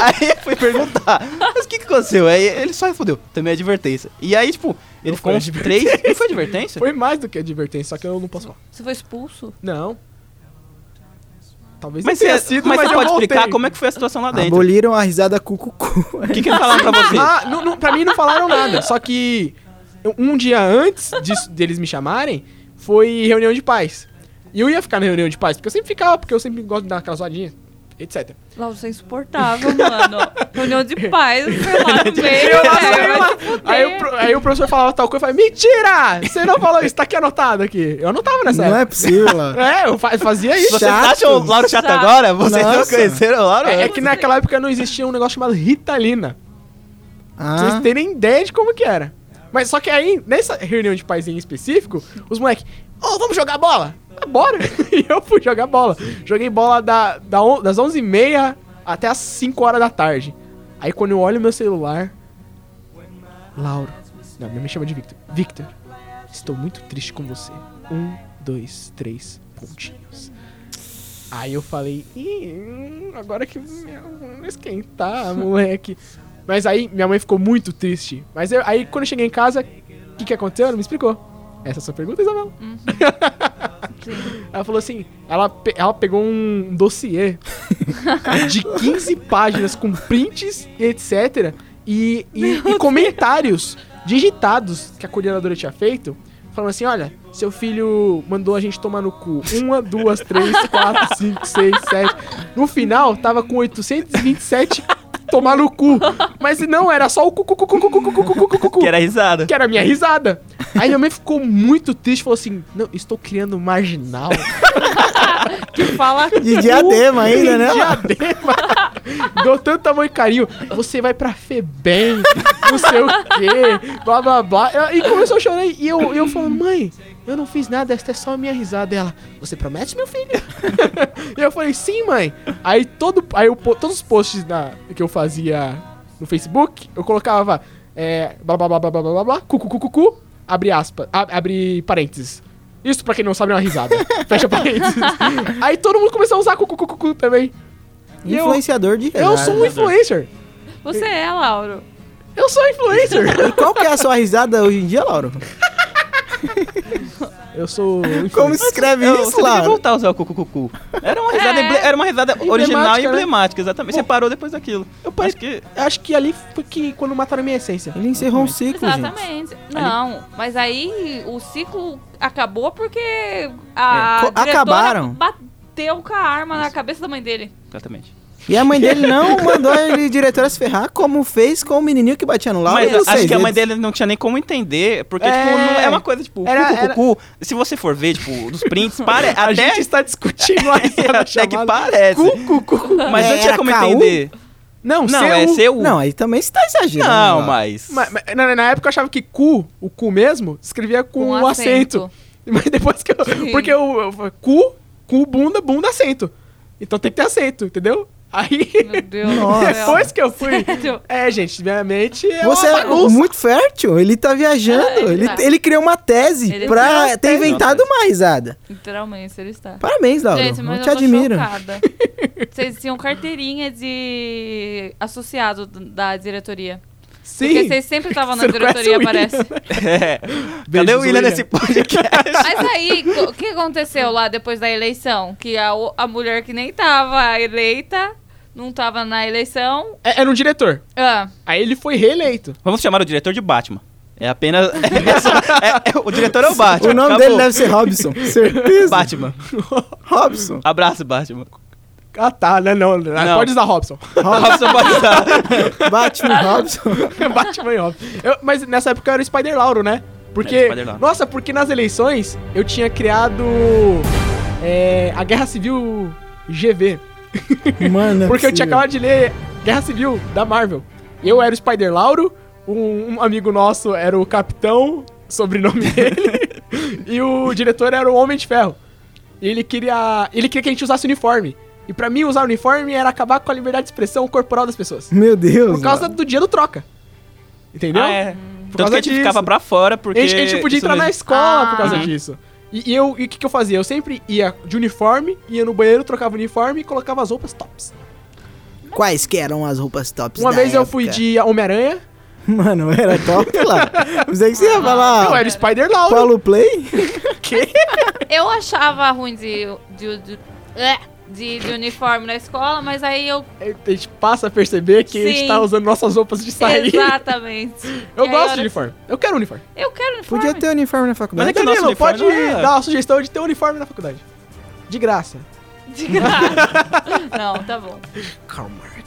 aí eu fui perguntar, mas o que, que aconteceu? Aí ele só respondeu, também é advertência. E aí, tipo, ele Não ficou foi uns três. Não foi advertência? Foi mais do que advertência, só que eu não posso falar. Você foi expulso? Não. Talvez Mas não você, tenha mas você eu pode voltei. explicar como é que foi a situação lá dentro? O Aboliram a risada cucucu. que, que eles falaram pra você? Ah, não, não, pra mim não falaram nada. Só que um dia antes disso- deles me chamarem, foi reunião de pais. E eu ia ficar na reunião de pais, porque eu sempre ficava, porque eu sempre gosto de dar aquela zoadinha, etc. Lauro, você é insuportável, mano. Reunião de paz, sei lá, no meio, velho, vai se fuder. Aí, o pro- aí o professor falava tal coisa, eu falei, mentira! Você não falou isso, tá aqui anotado aqui. Eu anotava nessa Não é época. possível, Laura. É, eu fa- fazia isso. Vocês chato. acham o Lauro chato Chato. agora? Vocês não Nossa. conheceram o Lauro? É, é que naquela época não existia um negócio chamado Ritalina. Pra Ah, vocês terem ideia de como que era. Mas só que aí, nessa reunião de pais em específico, os moleques, ô, vamos jogar bola? Ah, bora! e eu fui jogar bola. Joguei bola da, da on- das 11h30 até as 5 horas da tarde. Aí quando eu olho meu celular, Lauro, não, minha mãe chama de Victor. Victor, estou muito triste com você. Um, dois, três pontinhos. Aí eu falei, "Ih, hum, agora que vai esquentar, moleque. Mas aí minha mãe ficou muito triste. Mas eu- aí quando eu cheguei em casa, o que, que aconteceu? Ela me explicou. Essa é a sua pergunta, Isabela? ela falou assim, ela, pe- ela pegou um dossiê de 15 páginas com prints e etc. E, e- e comentários digitados que a coordenadora tinha feito, falando assim, olha, seu filho mandou a gente tomar no cu. Uma, duas, três, quatro, cinco, seis, sete. No final, tava com 827 tomar no cu. Mas não, era só o cu, cu, cu, cu, cu, cu, cu, cu, cu, cu, cu, cu Que era risada. que era a minha risada. Aí minha mãe ficou muito triste, falou assim: Não, estou criando um marginal. Que fala de diadema ainda, né? Em Diadema. Deu tanto amor e carinho. Você vai pra Febem, não sei o quê, blá blá blá. Ela- E começou a chorar. E eu, eu falando: Mãe, eu não fiz nada, esta é só a minha risada. Ela: Você promete, meu filho? e eu falei: Sim, mãe. Aí, todo, aí eu po- todos os posts na- que eu fazia no Facebook, eu colocava: é, blá blá blá blá blá blá blá, blá, cu, cu, cu, cu, cu, abre aspas, ab- abre parênteses. Isso pra quem não sabe é uma risada. Fecha parênteses. Aí todo mundo começou a usar cu, cu, cu, cu, cu também. E eu, Influenciador de eu risada. sou um influencer. Você é, Lauro. Eu sou um influencer. E qual que é a sua risada hoje em dia, Lauro? eu sou influencer. Como se é escreve Eu, isso, você devia Lauro? voltar a usar o cucucucu. Era uma risada, É. emble- era uma risada original e Emblemática, né? emblemática, exatamente. Você Pô. parou depois daquilo. Eu parei- Acho que Acho que ali foi que quando mataram minha essência. Ele encerrou um ciclo, gente. Exatamente. Não, mas aí o ciclo acabou porque a É, co- diretora acabaram. bateu com a arma na cabeça da mãe dele. Exatamente. E a mãe dele não mandou ele diretora se ferrar, como fez com o menininho que batia no Lauro. Mas eu acho sei que a mãe deles. dele não tinha nem como entender, porque, É. tipo, não é uma coisa, tipo, Era- cucucu. Se você for ver, tipo, dos prints, pare, A até, É, gente está discutindo a risada até que chamada parece. Cu, cu, cu, É, cu. Mas não tinha Era como caú? entender. Não, Não, seu- é seu. Não, aí também você tá exagerando. Não, Lauro. mas... Ma- ma- na, na época eu achava que cu, o cu mesmo, escrevia com o acento. Mas depois que eu. Sim. Porque eu, eu- Cu, cu, bunda, bunda, acento. Então tem que ter acento, entendeu? Aí, Meu Deus do céu. depois que eu fui. Sério? É, gente, minha mente. É Você uma é bagunça. muito fértil, ele tá viajando. Ah, ele ele, tá. ele criou uma tese Ele criou pra uma ter tese. inventado mais, Ada. Literalmente, ele está. Parabéns, Laura. Gente, mas não eu te tô admiro. chocada. Vocês tinham carteirinha de associado d- da diretoria. Porque Sim. vocês sempre estavam na Você não conhece diretoria, o William, parece. É. Cadê o Beijos, William William. nesse podcast? Mas aí, co- o que aconteceu lá depois da eleição? Que a, o- a mulher que nem tava eleita, não tava na eleição. É, Era um diretor. Ah, Aí ele foi reeleito. Vamos chamar o diretor de Batman. É apenas. é só- é- é- o diretor é o Batman. O nome acabou. dele deve ser Robson. Certeza. Batman. Robson. Abraço, Batman. Ah, tá, né? Não, não, Não. pode usar Robson. Robson Batman. Batman Robson. Batman e Robson. Eu- mas nessa época eu era o Spider Lauro, né? Era o Porque. É, Spider Lauro. Nossa, porque nas eleições eu tinha criado. é, a Guerra Civil GV. Mano, não é Porque eu tinha possível. acabado de ler Guerra Civil da Marvel. Eu era o Spider Lauro, um, um amigo nosso era o Capitão, sobrenome dele, e o diretor era o Homem de Ferro. E ele queria, ele queria que a gente usasse uniforme. E pra mim usar uniforme era acabar com a liberdade de expressão corporal das pessoas. Meu Deus. Por causa mano. do dia do troca. Entendeu? Ah, é. Por Tanto causa que a gente disso. ficava pra fora porque. a, gente, a gente podia isso entrar não- na escola Ah. por causa Uhum. disso. E, e eu, e o que, que eu fazia? Eu sempre ia de uniforme, ia no banheiro, trocava o uniforme e colocava as roupas tops. Quais que eram as roupas tops Uma da vez eu época? fui de Homem-Aranha, Mano, era top lá. Não sei o que você ia Ah. eu falar. era o Spider Lauro. Paulo Play? eu achava ruim de, de, de, é, de, de uniforme na escola, mas aí eu. A gente passa a perceber que a gente Sim. tá usando nossas roupas de sair. Exatamente. Eu E aí assim. gosto hora- de uniforme. Eu quero uniforme. Eu quero uniforme. Podia ter uniforme na Mas faculdade. é que o nosso Danilo, uniforme pode não é- dar uma sugestão de ter um uniforme na faculdade. De graça. De graça. não, tá bom.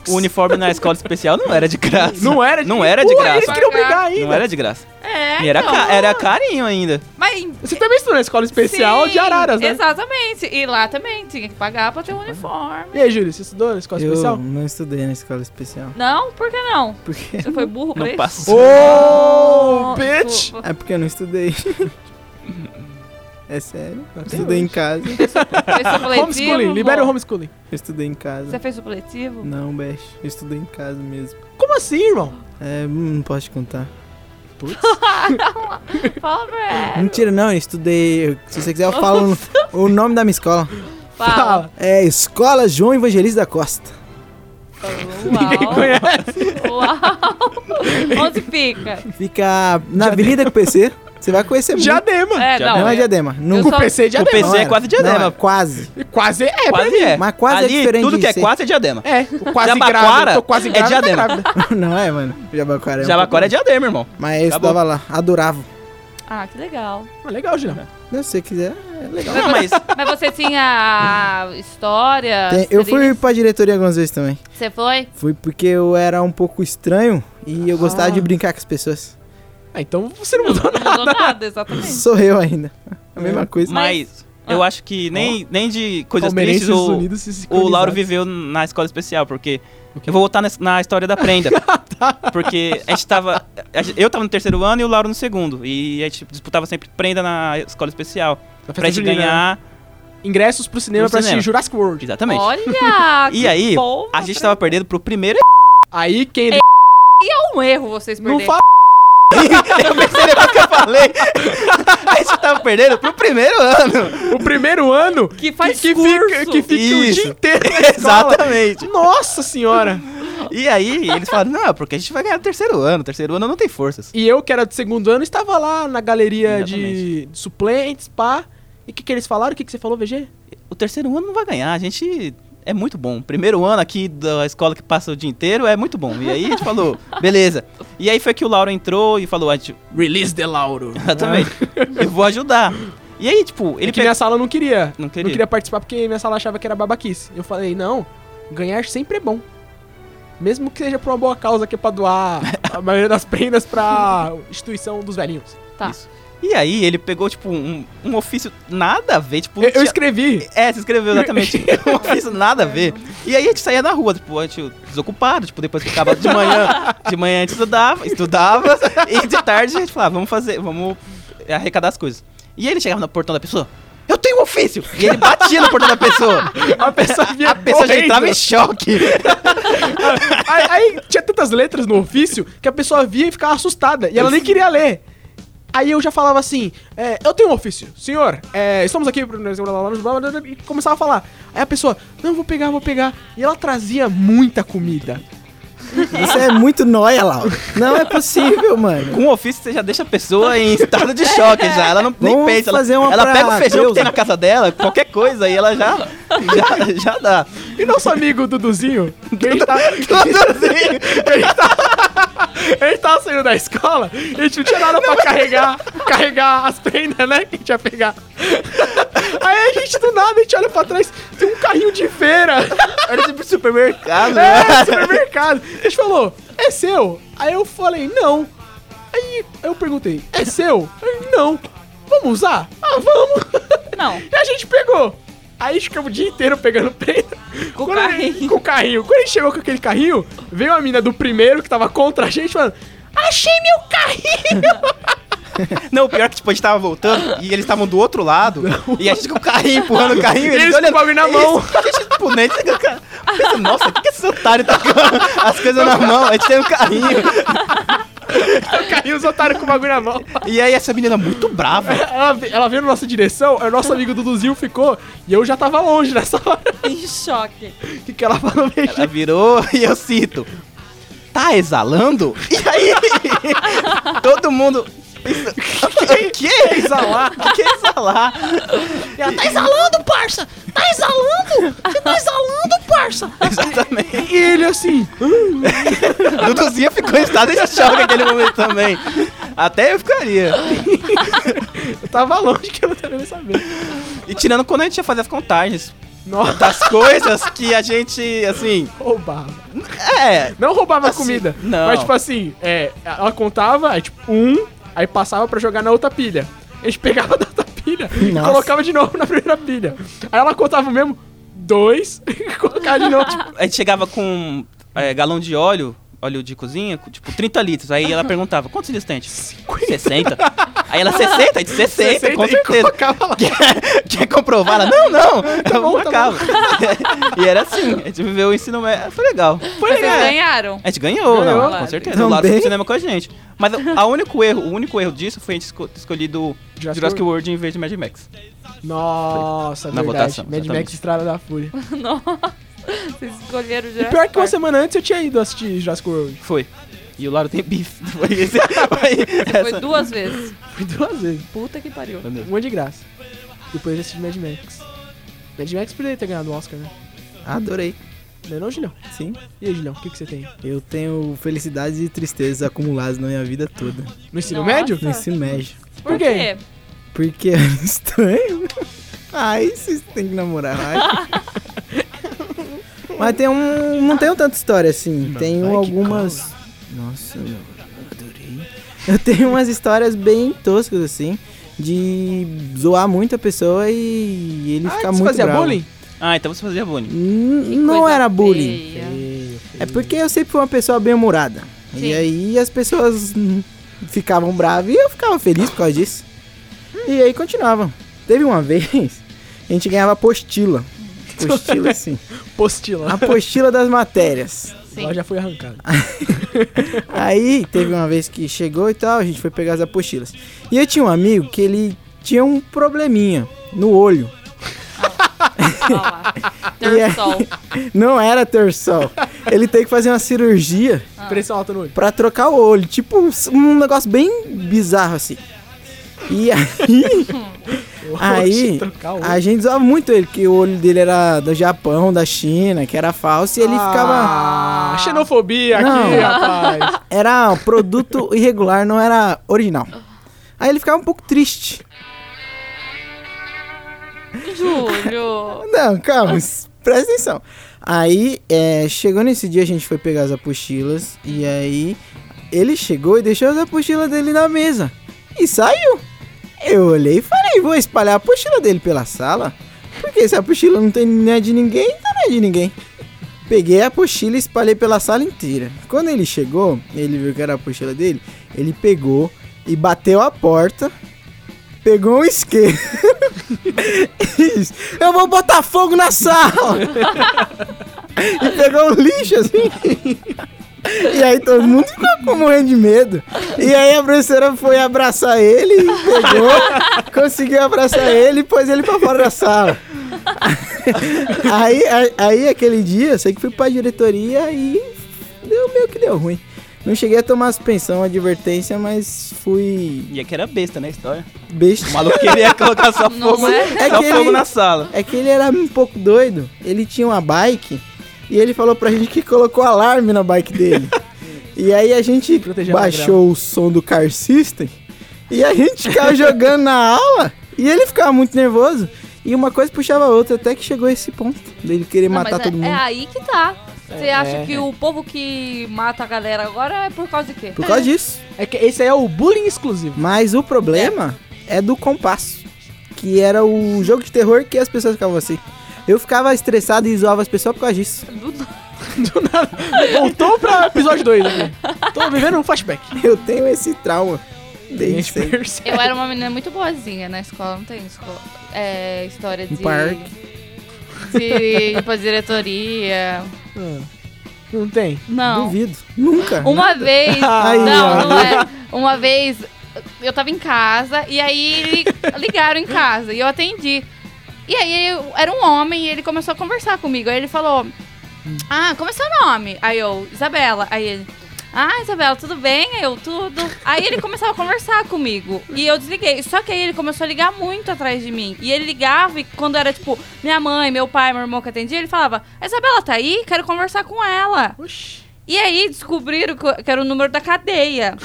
O uniforme na escola especial não era de graça. Não era de Não era É de Ué, graça. Eles queriam brigar ainda. Não era de graça. É. E era, então. ca- era carinho ainda. Mas em Você também estudou na escola especial Sim, de Araras, né? Exatamente. E lá também tinha que pagar pra ter um uniforme. E aí, Júlio, você estudou na é escola especial? Eu não estudei na escola especial. Não, por que não? Porque... Você foi burro pra Não isso? passa. Oh, bitch! Desculpa. É porque eu não estudei. É sério. Eu estudei em casa. Fez Homeschooling, supletivo? libera o homeschooling. Eu estudei em casa. é Você fez supletivo? Não, Besh. Eu estudei em casa mesmo. Como assim, irmão? É, hum, não posso te contar. Fala pra ela. Mentira, não. Eu estudei... eu- Se você quiser, eu falo no- o nome da minha escola. Ah, Ah, Fala. É Escola João Evangelista da Costa. Ninguém Uau. conhece. Uau. Onde fica? Fica na Avenida com PC. Você vai conhecer muito. Diadema. É, Já não. Não é eu- diadema. Não, eu Com só- PC é O diadema. PC é era. quase Não, é diadema. quase. Quase é, pra Quase mim. é. Mas quase é Ali, diferente tudo que é disso aí. quase é diadema. É, o quase Jabaquara grávida. Tô quase é grávida. tá diadema. grávida. não é, mano. Jabaquara é um Jabaquara é diadema, irmão. pouco- Mas eu Acabou. estudava lá. Adorava. Ah, que legal. Ah, legal, É. Julião. Não, se você quiser. Não, mas Mas você tinha história? Tem- eu fui trilhas? pra diretoria algumas vezes também. Você foi? Fui porque eu era um pouco estranho e eu gostava de brincar com as pessoas. Ah, então você não mudou Não mudou nada, exatamente. Sou eu ainda. A mesma coisa. Mas ah. eu acho que nem, nem de coisas Palmeirenses tristes o, Unidos se o sincronizaram. Lauro viveu na escola especial, porque eu vou voltar nessa- na história da prenda. Ah, tá. Porque a gente tava. a gente- Eu tava no terceiro ano e o Lauro no segundo. E a gente disputava sempre prenda na escola especial. Na Pra festa gente junina, né? ganhar. ingressos pro cinema Pro pra cinema. assistir Jurassic World. Exatamente. Olha! E aí, bom, a gente tava perdendo pro primeiro. Aí quem É, um erro vocês não perderem. fala eu pensei depois que eu falei. a gente tava perdendo pro primeiro ano. o primeiro ano Que faz que, que curso. fica, que fica o Isso. dia inteiro na escola. Exatamente. Nossa senhora! E aí, eles falaram: não, é porque a gente vai ganhar no terceiro ano. Terceiro ano não tem forças. E eu, que era do segundo ano, estava lá na galeria de, Exatamente. de suplentes, pá. E o que, que eles falaram? O que, que você falou, VG? o terceiro ano não vai ganhar. A gente é muito bom. Primeiro ano aqui da escola que passa o dia inteiro é muito bom. E aí a gente falou, beleza. E aí foi que o Lauro entrou e falou, a gente, Release de Lauro. exatamente, eu vou ajudar. E aí, tipo, ele Ele É que pegou... minha sala não queria. Não queria. Não queria participar porque minha sala achava que era babaquice. Eu falei, não, ganhar sempre é bom. Mesmo que seja por uma boa causa que é pra doar a maioria das prendas pra instituição dos velhinhos. Tá. E aí ele pegou, tipo, um, um ofício nada a ver, tipo... Eu, eu tinha- escrevi. É, se escreveu exatamente. um ofício nada a ver. E aí a gente saía na rua, tipo, a gente desocupado, tipo, depois que acabava de manhã. De manhã a gente estudava, estudava, e de tarde a gente falava, vamos fazer, vamos arrecadar as coisas. E aí ele chegava no portão da pessoa, eu tenho seu ofício! E ele batia na porta da pessoa. A pessoa vinha A pessoa já correndo. entrava em choque. Aí, aí tinha tantas letras no ofício que a pessoa via e ficava assustada. E ela nem queria ler. Aí eu já falava assim, é, eu tenho um ofício, senhor, é, estamos aqui pro- blá, blá, blá, blá, blá, e começava a falar. Aí a pessoa, não, vou pegar, vou pegar. E ela trazia muita comida. Você é muito nóia, Lau. Não é possível, mano. Com o ofício, você já deixa a pessoa em estado de choque já. Ela não nem Vamos pensa. Ela, fazer uma ela pra pega o feijão que tem Cleusa. na casa dela, qualquer coisa, e ela já, já, já dá. E nosso amigo Duduzinho, que tá- a gente tava, Duduzinho. a gente tava- a gente tava tá- saindo da escola, a gente não tinha nada pra carregar, carregar as prendas, né, que a gente ia pegar. Aí a gente, do nada, a gente olha pra trás, tem um carrinho de feira. Era tipo supermercado. né? É, supermercado. A gente falou, é seu? Aí eu falei, não. Aí eu perguntei, é seu? Aí, não. Vamos usar? Ah, vamos. Não. E a gente pegou. Aí ficamos o dia inteiro pegando prenda. Com o Quando ele- carrinho. com o carrinho. Quando ele chegou com aquele carrinho, veio a mina do primeiro que tava contra a gente falando, achei meu carrinho. Não, o pior é que tipo, a gente tava voltando e eles estavam do outro lado. E a gente com o carrinho, empurrando o carrinho. E eles com o bagulho na mão. Isso, a gente, tipo, nem chega- cara, pensa, Nossa, o que, que esse otário tá com as coisas na mão? A gente tem um carrinho. o carrinho, os otários com o bagulho na mão. E aí essa menina muito brava. Ela, ve- ela veio na nossa direção, aí o nosso amigo Duduzinho ficou, e eu já tava longe nessa hora. Em choque. O que, que ela falou, Ela virou e eu cito. Tá exalando? E aí? Todo mundo. isso- O que é exalar? O que é exalar? Tá exalando, parça! Tá exalando! Você tá exalando, parça! Exatamente. E ele assim. Duduzinha ficou em estado de choque naquele momento também. Até eu ficaria. Eu tava longe que eu não tava nem sabendo. E tirando quando a gente ia fazer as contagens Nossa, das coisas que a gente, assim. roubava. É. Não roubava Assim, comida. não. Mas tipo assim, é, ela contava, aí, tipo, um, aí passava pra jogar na outra pilha. A gente pegava da outra pilha e Nossa. colocava de novo na primeira pilha. Aí ela contava o mesmo. Dois, e colocava de novo. Tipo, A gente chegava com é, galão de óleo, óleo de cozinha, com, tipo 30 litros. Aí ela perguntava, quantos litros tem? A gente, 60. Aí ela, 60? A gente, 60, com e certeza. colocava lá. Quer, quer comprovar? Ela, não, não. Tá bom, tá acaba. e era assim, a gente viveu o ensino médio. Foi legal. Foi Vocês é. legal. ganharam. A gente ganhou, Ganhou. não, com certeza. O Também. Laro foi pro cinema com a gente. Mas a- a único erro, o único erro disso foi a gente esco- ter escolhido Jurassic Jurassic World em vez de Mad Max. Nossa, Na verdade. votação, Mad Max exatamente. Estrada da Fúria. Nossa. Vocês escolheram E já. pior que uma semana antes eu tinha ido assistir Jurassic World. Foi. E o Laro tem bife. Foi, esse- foi Foi essa- duas vezes. Fui duas vezes. Puta que pariu. Meu Deus. Uma de graça. Depois eu assisti Mad Max. Mad Max poderia ter ganhado o Oscar, né? Adorei. Não é não, Julião? Sim. E aí, Julião, o que, que você tem? Eu tenho felicidades e tristezas acumuladas na minha vida toda. No ensino Nossa. médio? No ensino médio. Por quê? Porque era estranho. Ai, vocês têm que namorar. ai. Mas tem um. Não tenho tanta história assim. Tenho Ai, que algumas. Nossa, eu adorei. Eu tenho umas histórias bem toscas assim. De zoar muito a pessoa e ele Ah, ficar você muito. fazia bravo. bullying? Ah, então você fazia bullying. N- Que Não coisa era bullying. feia. É porque eu sempre fui uma pessoa bem-humorada. Sim. E aí as pessoas hum, ficavam bravas e eu ficava feliz por causa disso. E aí continuava. Teve uma vez, a gente ganhava apostila. Apostila, assim. É Postila. Apostila das matérias. Sim. Ela já foi arrancada. Aí teve uma vez que chegou e tal, a gente foi pegar as apostilas. E eu tinha um amigo que ele tinha um probleminha no olho. Olha lá. E aí- Terçol. Não era terçol. Ele tem que fazer uma cirurgia Ah. Pressão alta no olho. pra trocar o olho. Tipo, um negócio bem bizarro assim. E aí, aí trocar o olho. a gente usava muito ele, que o olho dele era do Japão, da China, que era falso, e ele ficava. Ah, xenofobia aqui, Não. rapaz. Era um produto irregular, não era original. Aí ele ficava um pouco triste. Júlio. Não, calma, s- presta atenção. Aí, é, chegou nesse dia, a gente foi pegar as apostilas, e aí ele chegou e deixou as apostilas dele na mesa. E saiu. Eu olhei e falei, vou espalhar a apostila dele pela sala. Porque se a apostila não tem não é de ninguém, então não é de ninguém. Peguei a apostila e espalhei pela sala inteira. Quando ele chegou, ele viu que era a apostila dele, ele pegou e bateu a porta, pegou um isqueiro Isso. Eu vou botar fogo na sala! e pegou o lixo assim. E aí todo mundo ficou morrendo de medo. E aí a professora foi abraçar ele, e pegou, conseguiu abraçar ele e pôs ele pra fora da sala. Aí, aí, aí aquele dia, eu sei que fui pra diretoria e deu meio que deu ruim. Não cheguei a tomar suspensão, advertência, mas fui E é que era besta, né, a história. besta. O maluco queria colocar só Não fogo, é? só É que fogo ele- na sala. É que ele era um pouco doido. Ele tinha uma bike e ele falou pra gente que colocou alarme na bike dele. e aí a gente Proteger a baixou o som do car system e a gente ficava jogando na aula e ele ficava muito nervoso. E uma coisa puxava a outra, até que chegou esse ponto dele querer Não, matar mas é- todo mundo. é, aí que tá. Você É, acha é. que o povo que mata a galera agora é por causa de quê? Por causa disso. É que esse aí é o bullying exclusivo. Mas o problema é do compasso. Que era o jogo de terror que as pessoas ficavam assim. Eu ficava estressado e zoava as pessoas por causa disso. Do nada. Voltou pra episódio 2 aqui. Tô vivendo um flashback. Eu tenho esse trauma. Desde Gente, sempre. percebe. Eu era uma menina muito boazinha na escola, não tem escola. É, história de. parque. De ir pra diretoria. Ah, Não tem. Não. Duvido. Nunca. Uma vez. Aí, ó. não, não é. Uma vez eu tava em casa e aí li- ligaram em casa e eu atendi. E aí eu- era um homem e ele começou a conversar comigo. Aí ele falou: Ah, como é seu nome? Aí eu, Isabela. Aí ele. Ah, Isabela, tudo bem? Aí Eu, tudo. Aí ele começava a conversar comigo. E eu desliguei. Só que aí ele começou a ligar muito atrás de mim. E ele ligava e quando era, tipo, minha mãe, meu pai, meu irmão que atendia, ele falava: "A Isabela tá aí? Quero conversar com ela. Oxi. E aí descobriram co- que era o número da cadeia.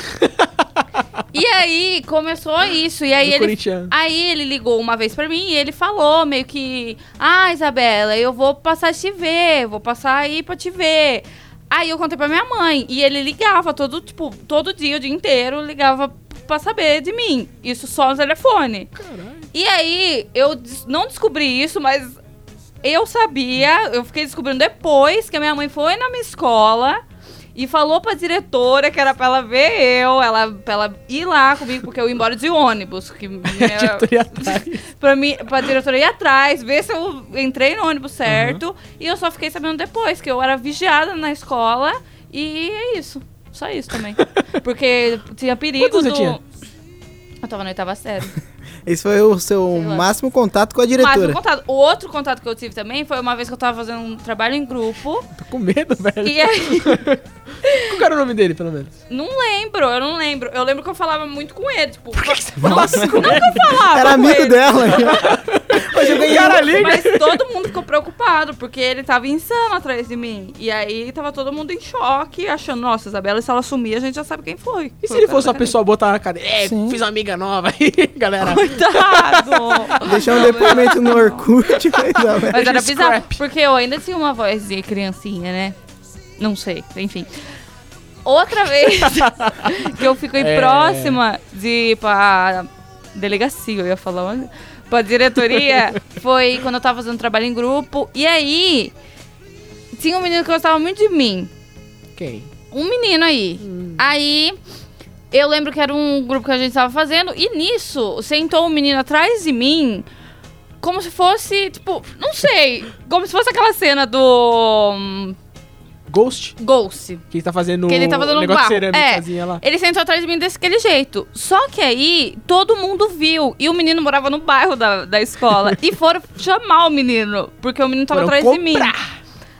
e aí começou isso. E aí Do ele. corintiano. Aí ele ligou uma vez pra mim e ele falou meio que: Ah, Isabela, eu vou passar te ver, vou passar aí pra te ver. Aí eu contei pra minha mãe. E ele ligava todo, tipo, todo dia, o dia inteiro, ligava pra saber de mim. Isso só no telefone. E aí, eu des- não descobri isso, mas eu sabia, eu fiquei descobrindo depois que a minha mãe foi na minha escola e falou pra diretora que era pra ela ver eu, ela, pra ela ir lá comigo, porque eu ia embora de ônibus. Que minha, Diretoria atrás. pra, mim, pra diretora ir atrás, ver se eu entrei no Uhum. ônibus certo. E eu só fiquei sabendo depois que eu era vigiada na escola e é isso. Só isso também. Porque tinha perigo Quantos você do. tinha? Eu tava na oitava série. Esse foi o seu Sei lá. máximo contato com a Mas um diretora. contato. O outro contato que eu tive também foi uma vez que eu tava fazendo um trabalho em grupo. Tô com medo, velho. e aí. Qual era o nome dele, pelo menos? Não lembro, eu não lembro. Eu lembro que eu falava muito com ele. Tipo, Nossa, não que eu falava. Era com amigo ele, dela. Hoje eu ganhei Cara, um- ali- liga. Mas todo mundo ficou preocupado, porque ele tava insano atrás de mim. E aí tava todo mundo em choque, achando, nossa, Isabela, se ela sumir, a gente já sabe quem foi. E se ele fosse uma pessoa botar na cadeia? É, Sim. fiz uma amiga nova aí, galera. Coitado! Deixar um depoimento no Orkut. mas não, velho. Mas era Scrap. bizarro, porque eu ainda tinha uma voz de criancinha, né? Não sei, enfim. Outra vez que eu fiquei É. próxima de ir pra delegacia, eu ia falar onde? Pra diretoria, foi quando eu tava fazendo trabalho em grupo. E aí, tinha um menino que gostava muito de mim. Quem? Um menino aí. Hum. Aí, eu lembro que era um grupo que a gente tava fazendo. E nisso, sentou um menino atrás de mim como se fosse, tipo, não sei, como se fosse aquela cena do hum, Ghost? Ghost. Que ele tá fazendo Que ele tá fazendo um um negócio de barro. cerâmicazinha lá. Ele sentou atrás de mim desse aquele jeito. Só que aí, todo mundo viu. E o menino morava no bairro da, da escola. e foram chamar o menino, porque o menino tava Foram atrás de mim.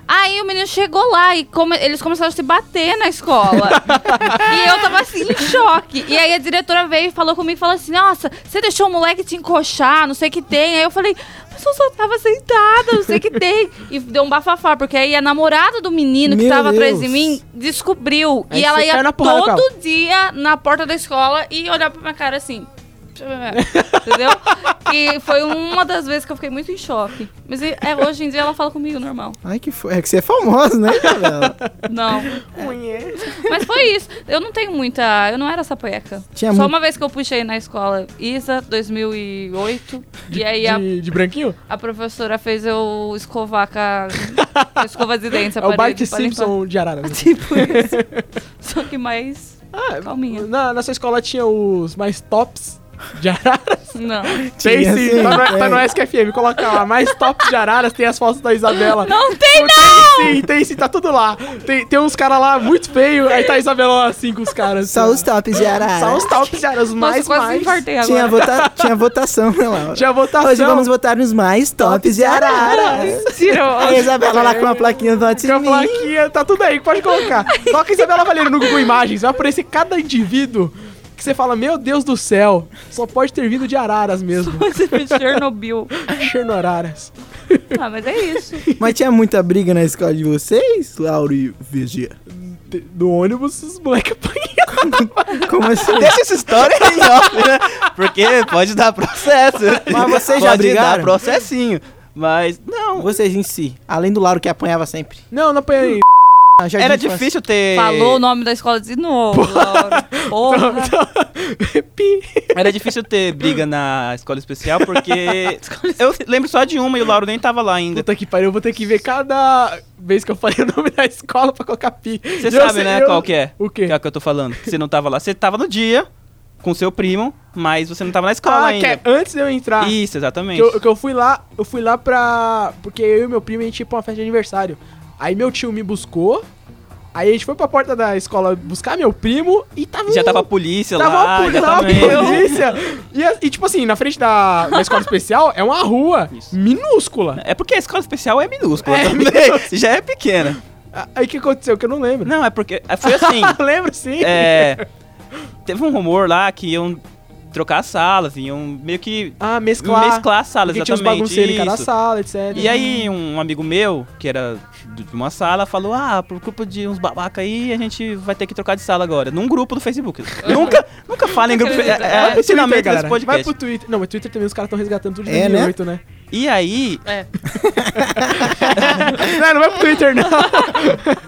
Aí o menino chegou lá e come- eles começaram a se bater na escola. e eu tava assim, em choque. E aí a diretora veio e falou comigo, falou assim, nossa, você deixou o moleque te encoxar, não sei o que tem. Aí eu falei, mas eu só tava sentada, não sei o que tem. E deu um bafafá, porque aí a namorada do menino que Meu tava atrás de Deus. mim descobriu. Aí e ela você caiu ia na porrada com ela. todo dia na porta da escola e olhar pra minha cara assim. "Deixa eu ver", Entendeu? E foi uma das vezes que eu fiquei muito em choque. Mas e- é, hoje em dia ela fala comigo normal. Ai, que foi. É que você é famoso, né, Isabela? Não. é. Mas foi isso. Eu não tenho muita. Eu não era sapoeca. Tinha Só mu- uma vez que eu puxei na escola Isa, 2008. e aí a, De, de branquinho? a professora fez eu escovar com a, com a escova de dentes. a É o parede Bart pra Tá limpar. Simpson de Arara. Tipo isso. Só que mais. Ah, Calminha. Na, na sua escola tinha os mais tops. de Araras? Não. Tem Tinha, sim, sim, é. tá no, tem. tá no SKFM, coloca lá. Mais tops de Araras, tem as fotos da Isabela. Não tem, Pô, Tem sim, tem sim, tá tudo lá. Tem, tem uns caras lá muito feio, aí tá a Isabela lá assim com os caras. Só assim, os tops de ó. Arara. Só os tops de Araras, os Nossa, mais, quase mais. infartei agora. Tinha, vota... Tinha votação, né, Laura? Tinha votação. Hoje vamos votar nos mais tops de Arara. A Isabela lá com a plaquinha do Tem a plaquinha, tá tudo aí, pode colocar. Coloca Isabela Valheiro no Google Imagens, vai aparecer cada indivíduo que você fala, meu Deus do céu, só pode ter vindo de Araras mesmo. Você fez Chernobyl. Chernoraras. Ah, mas é isso. Mas tinha muita briga na escola de vocês, Lauro e VG? Do ônibus, os moleques apanharam. Como assim? Deixa essa história aí, ó. né? Porque pode dar processo. Mas vocês já pode brigaram? dar processinho. Mas, não. Vocês em si, além do Lauro que apanhava sempre. Não, não apanhei. Ah, jardim Era de infância. difícil É. ter... Falou o nome da escola de novo, Laura. Porra. Pi. Era difícil ter briga na escola especial, porque... eu lembro só de uma e o Lauro nem tava lá ainda. Puta que pariu, eu vou ter que ver cada vez que eu falei o nome da escola pra colocar pi. Você Eu sabe, sei- né, eu- qual que é? O quê? Que é o que eu tô falando. que Você não tava lá. Você tava no dia com seu primo, mas você não tava na Ah, escola que ainda. é antes de eu entrar. Isso, exatamente. Que eu, que eu fui lá, eu fui lá pra. Porque eu e meu primo a gente ia pra uma festa de aniversário. Aí meu tio me buscou. Aí a gente foi pra porta da escola buscar meu primo e tava. Já um- tava a polícia tava lá. uma poli- tava uma exatamente. polícia. E, a- e, tipo assim, na frente da, da escola especial é uma rua Isso. minúscula. É porque a escola especial é minúscula É, também. Já é pequena. A- Aí o que aconteceu? Que eu não lembro. Não, é porque. é, Foi assim. lembro sim. é, teve um rumor lá que iam trocar as salas, iam meio que Ah, mesclar. mesclar as salas, Porque tinha uns exatamente. bagunceiros em cada isso. sala, etc. E aí, um amigo meu, que era de de uma sala, falou: Ah, por culpa de uns babaca aí, a gente vai ter que trocar de sala agora. Num grupo do Facebook. nunca, nunca fala em grupo. É, Vai é pro Twitter, ensinamento galera. desse Vai podcast. pro Twitter. Não, mas Twitter também os caras estão resgatando tudo de É, né? 2008, né? E aí, É. Não, não vai pro Twitter, não.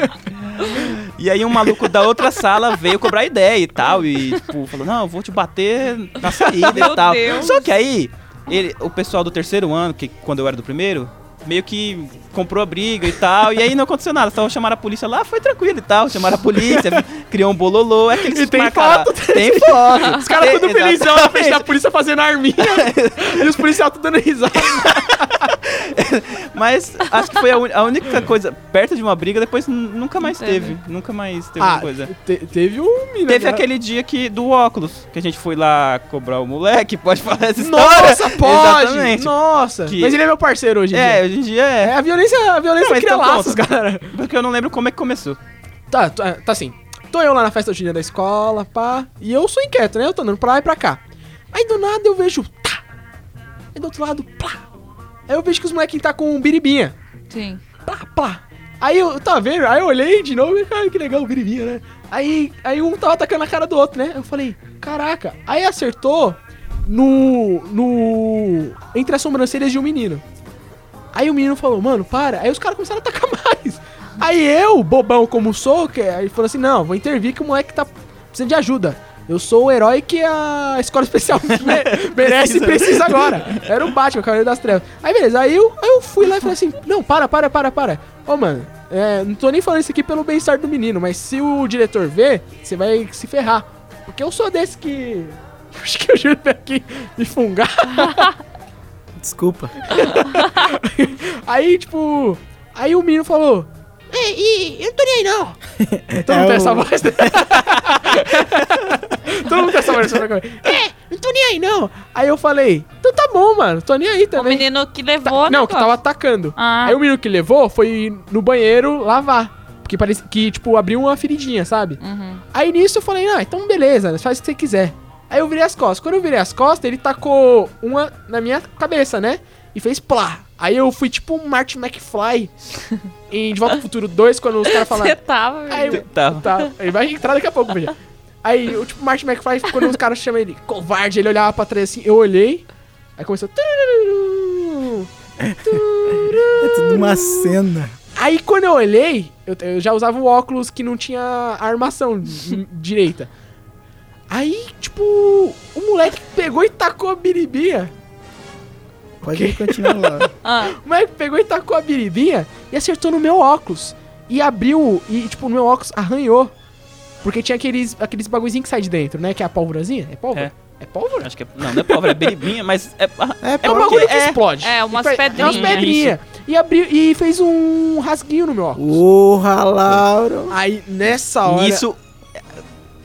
e aí um maluco da outra sala veio cobrar ideia e tal. E, tipo, falou: Não, eu vou te bater na saída Meu e tal. Deus. Só que aí, ele, o pessoal do terceiro ano, que quando eu era do primeiro. Meio que comprou a briga e tal, e aí não aconteceu nada. Só chamaram a polícia lá, foi tranquilo e tal. Chamaram a polícia, criou um bololô. É aqueles E tem marcaram- foto. Tem foto. Os caras tudo Exatamente. felizão na frente da polícia fazendo arminha. e os policiais tudo dando risada. Mas acho que foi a, un- a única coisa perto de uma briga, depois n- nunca mais Teve. teve. Nunca mais Ah, teve alguma coisa. te- teve um menino. Teve né? aquele dia que, do óculos, que a gente foi lá cobrar o moleque, pode falar essa história? Nossa, pode! Exatamente. Nossa! Que- Mas ele é meu parceiro hoje em É, dia. hoje em dia É, é. a violência, a violência Não, cria então laços, conta. cara. Porque eu não lembro como é que começou. Tá, tá, tá assim. Tô eu lá na festa junina da escola, pá. E eu sou inquieto, né? Eu tô andando pra lá e pra cá. Aí do nada eu vejo. Tá! Aí do outro lado, plá! Aí eu vejo que os molequinhos tá com um biribinha. Sim. plá, plá. Aí eu, tá vendo? Aí eu olhei de novo e, cara, que legal, o biribinha, né? Aí, aí um tava atacando a cara do outro, né? Eu falei, caraca. Aí acertou no. no. entre as sobrancelhas de um menino. Aí o menino falou, mano, para. Aí os caras começaram a atacar mais. Aí eu, bobão como sou, que, aí falou assim: não, vou intervir que o moleque tá precisando de ajuda. Eu sou o herói que a escola especial me- merece e precisa agora. Era o Batman, o Cavaleiro das Trevas. Aí beleza, aí eu, aí eu fui lá e falei assim: não, para, para, para, para. Ô, mano, é, não tô nem falando isso aqui pelo bem-estar do menino, mas se o diretor ver, você vai se ferrar. Porque eu sou desse que. Acho que eu juro aqui me fungar. Desculpa. é Aí, tipo. Aí o menino falou. Ei, e, eu não tô nem aí, não. Todo É mundo tem o- essa voz. né? Todo mundo tem essa voz. sabe como é? É, não tô nem aí, não. Aí eu falei, então tá bom, mano. Tô nem aí O também. menino que Tá- levou. não, né, que pô? tava atacando. Ah. Aí o menino que levou foi no banheiro lavar. Porque parecia que, tipo, abriu uma feridinha, sabe? Uhum. Aí nisso eu falei, ah, então beleza, faz o que você quiser. Aí eu virei as costas. Quando eu virei as costas, ele tacou uma na minha cabeça, né? E fez plá. Aí eu fui tipo um Martin McFly em De Volta ao Futuro 2, quando os caras Você falaram. tava, meu Aí, Deus. Tá. tá, ele vai entrar daqui a pouco, veja. Aí, eu, tipo, Martin McFly, quando os caras chamam ele covarde, ele olhava pra trás assim, eu olhei. Aí começou. "Tururu, tururu". É tudo uma cena. Aí quando eu olhei, eu, eu já usava o óculos que não tinha a armação di- direita. Aí, tipo, o moleque pegou e tacou a biribinha. Pode continuar, Laura. Ah, O moleque pegou e tacou a biribinha e acertou no meu óculos. E abriu, e tipo, no meu óculos arranhou. Porque tinha aqueles, aqueles bagulhozinhos que sai de dentro, né? Que é a pólvorazinha. É pólvora? É. É pólvora? Acho que é, não, não é pólvora, é beribinha, mas é, É, é pau- um bagulho. que É, explode. É, umas Pe- pedrinhas. Umas pedrinhas. E, abriu, e fez um rasguinho no meu óculos. Porra, Lauro. Aí, nessa hora... Nisso.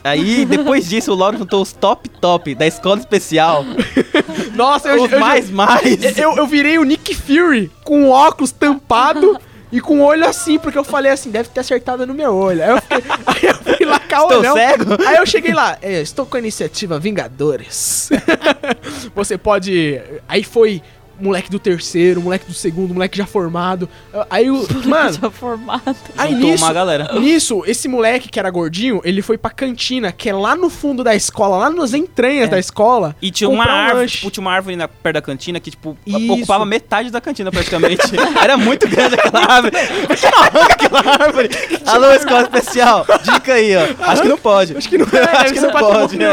Aí, depois disso, o Lauro juntou os top top da escola especial. Nossa, eu, os eu, mais mais. eu, eu virei o Nick Fury com o óculos tampado e com o olho assim, porque eu falei assim, deve ter acertado no meu olho. Aí eu, fiquei, aí eu fui lá, calma, Estou não. cego? Aí eu cheguei lá, "É, estou com a iniciativa Vingadores. Você pode... Aí foi... Moleque do terceiro, moleque do segundo, moleque já formado. Aí o. Mano, Já formado. aí Juntou nisso, uma galera. Nisso, esse moleque que era gordinho, ele foi pra cantina, que é lá no fundo da escola, lá nas entranhas da escola. E tinha uma comprar um árvore, lanche. tipo, tinha uma árvore na, perto da cantina que, tipo, Isso. ocupava metade da cantina praticamente. Era muito grande aquela árvore. Por que não arranca aquela árvore? Alô, escola especial. Dica aí, ó. Acho que não pode. Acho que não, Acho que não pode, né?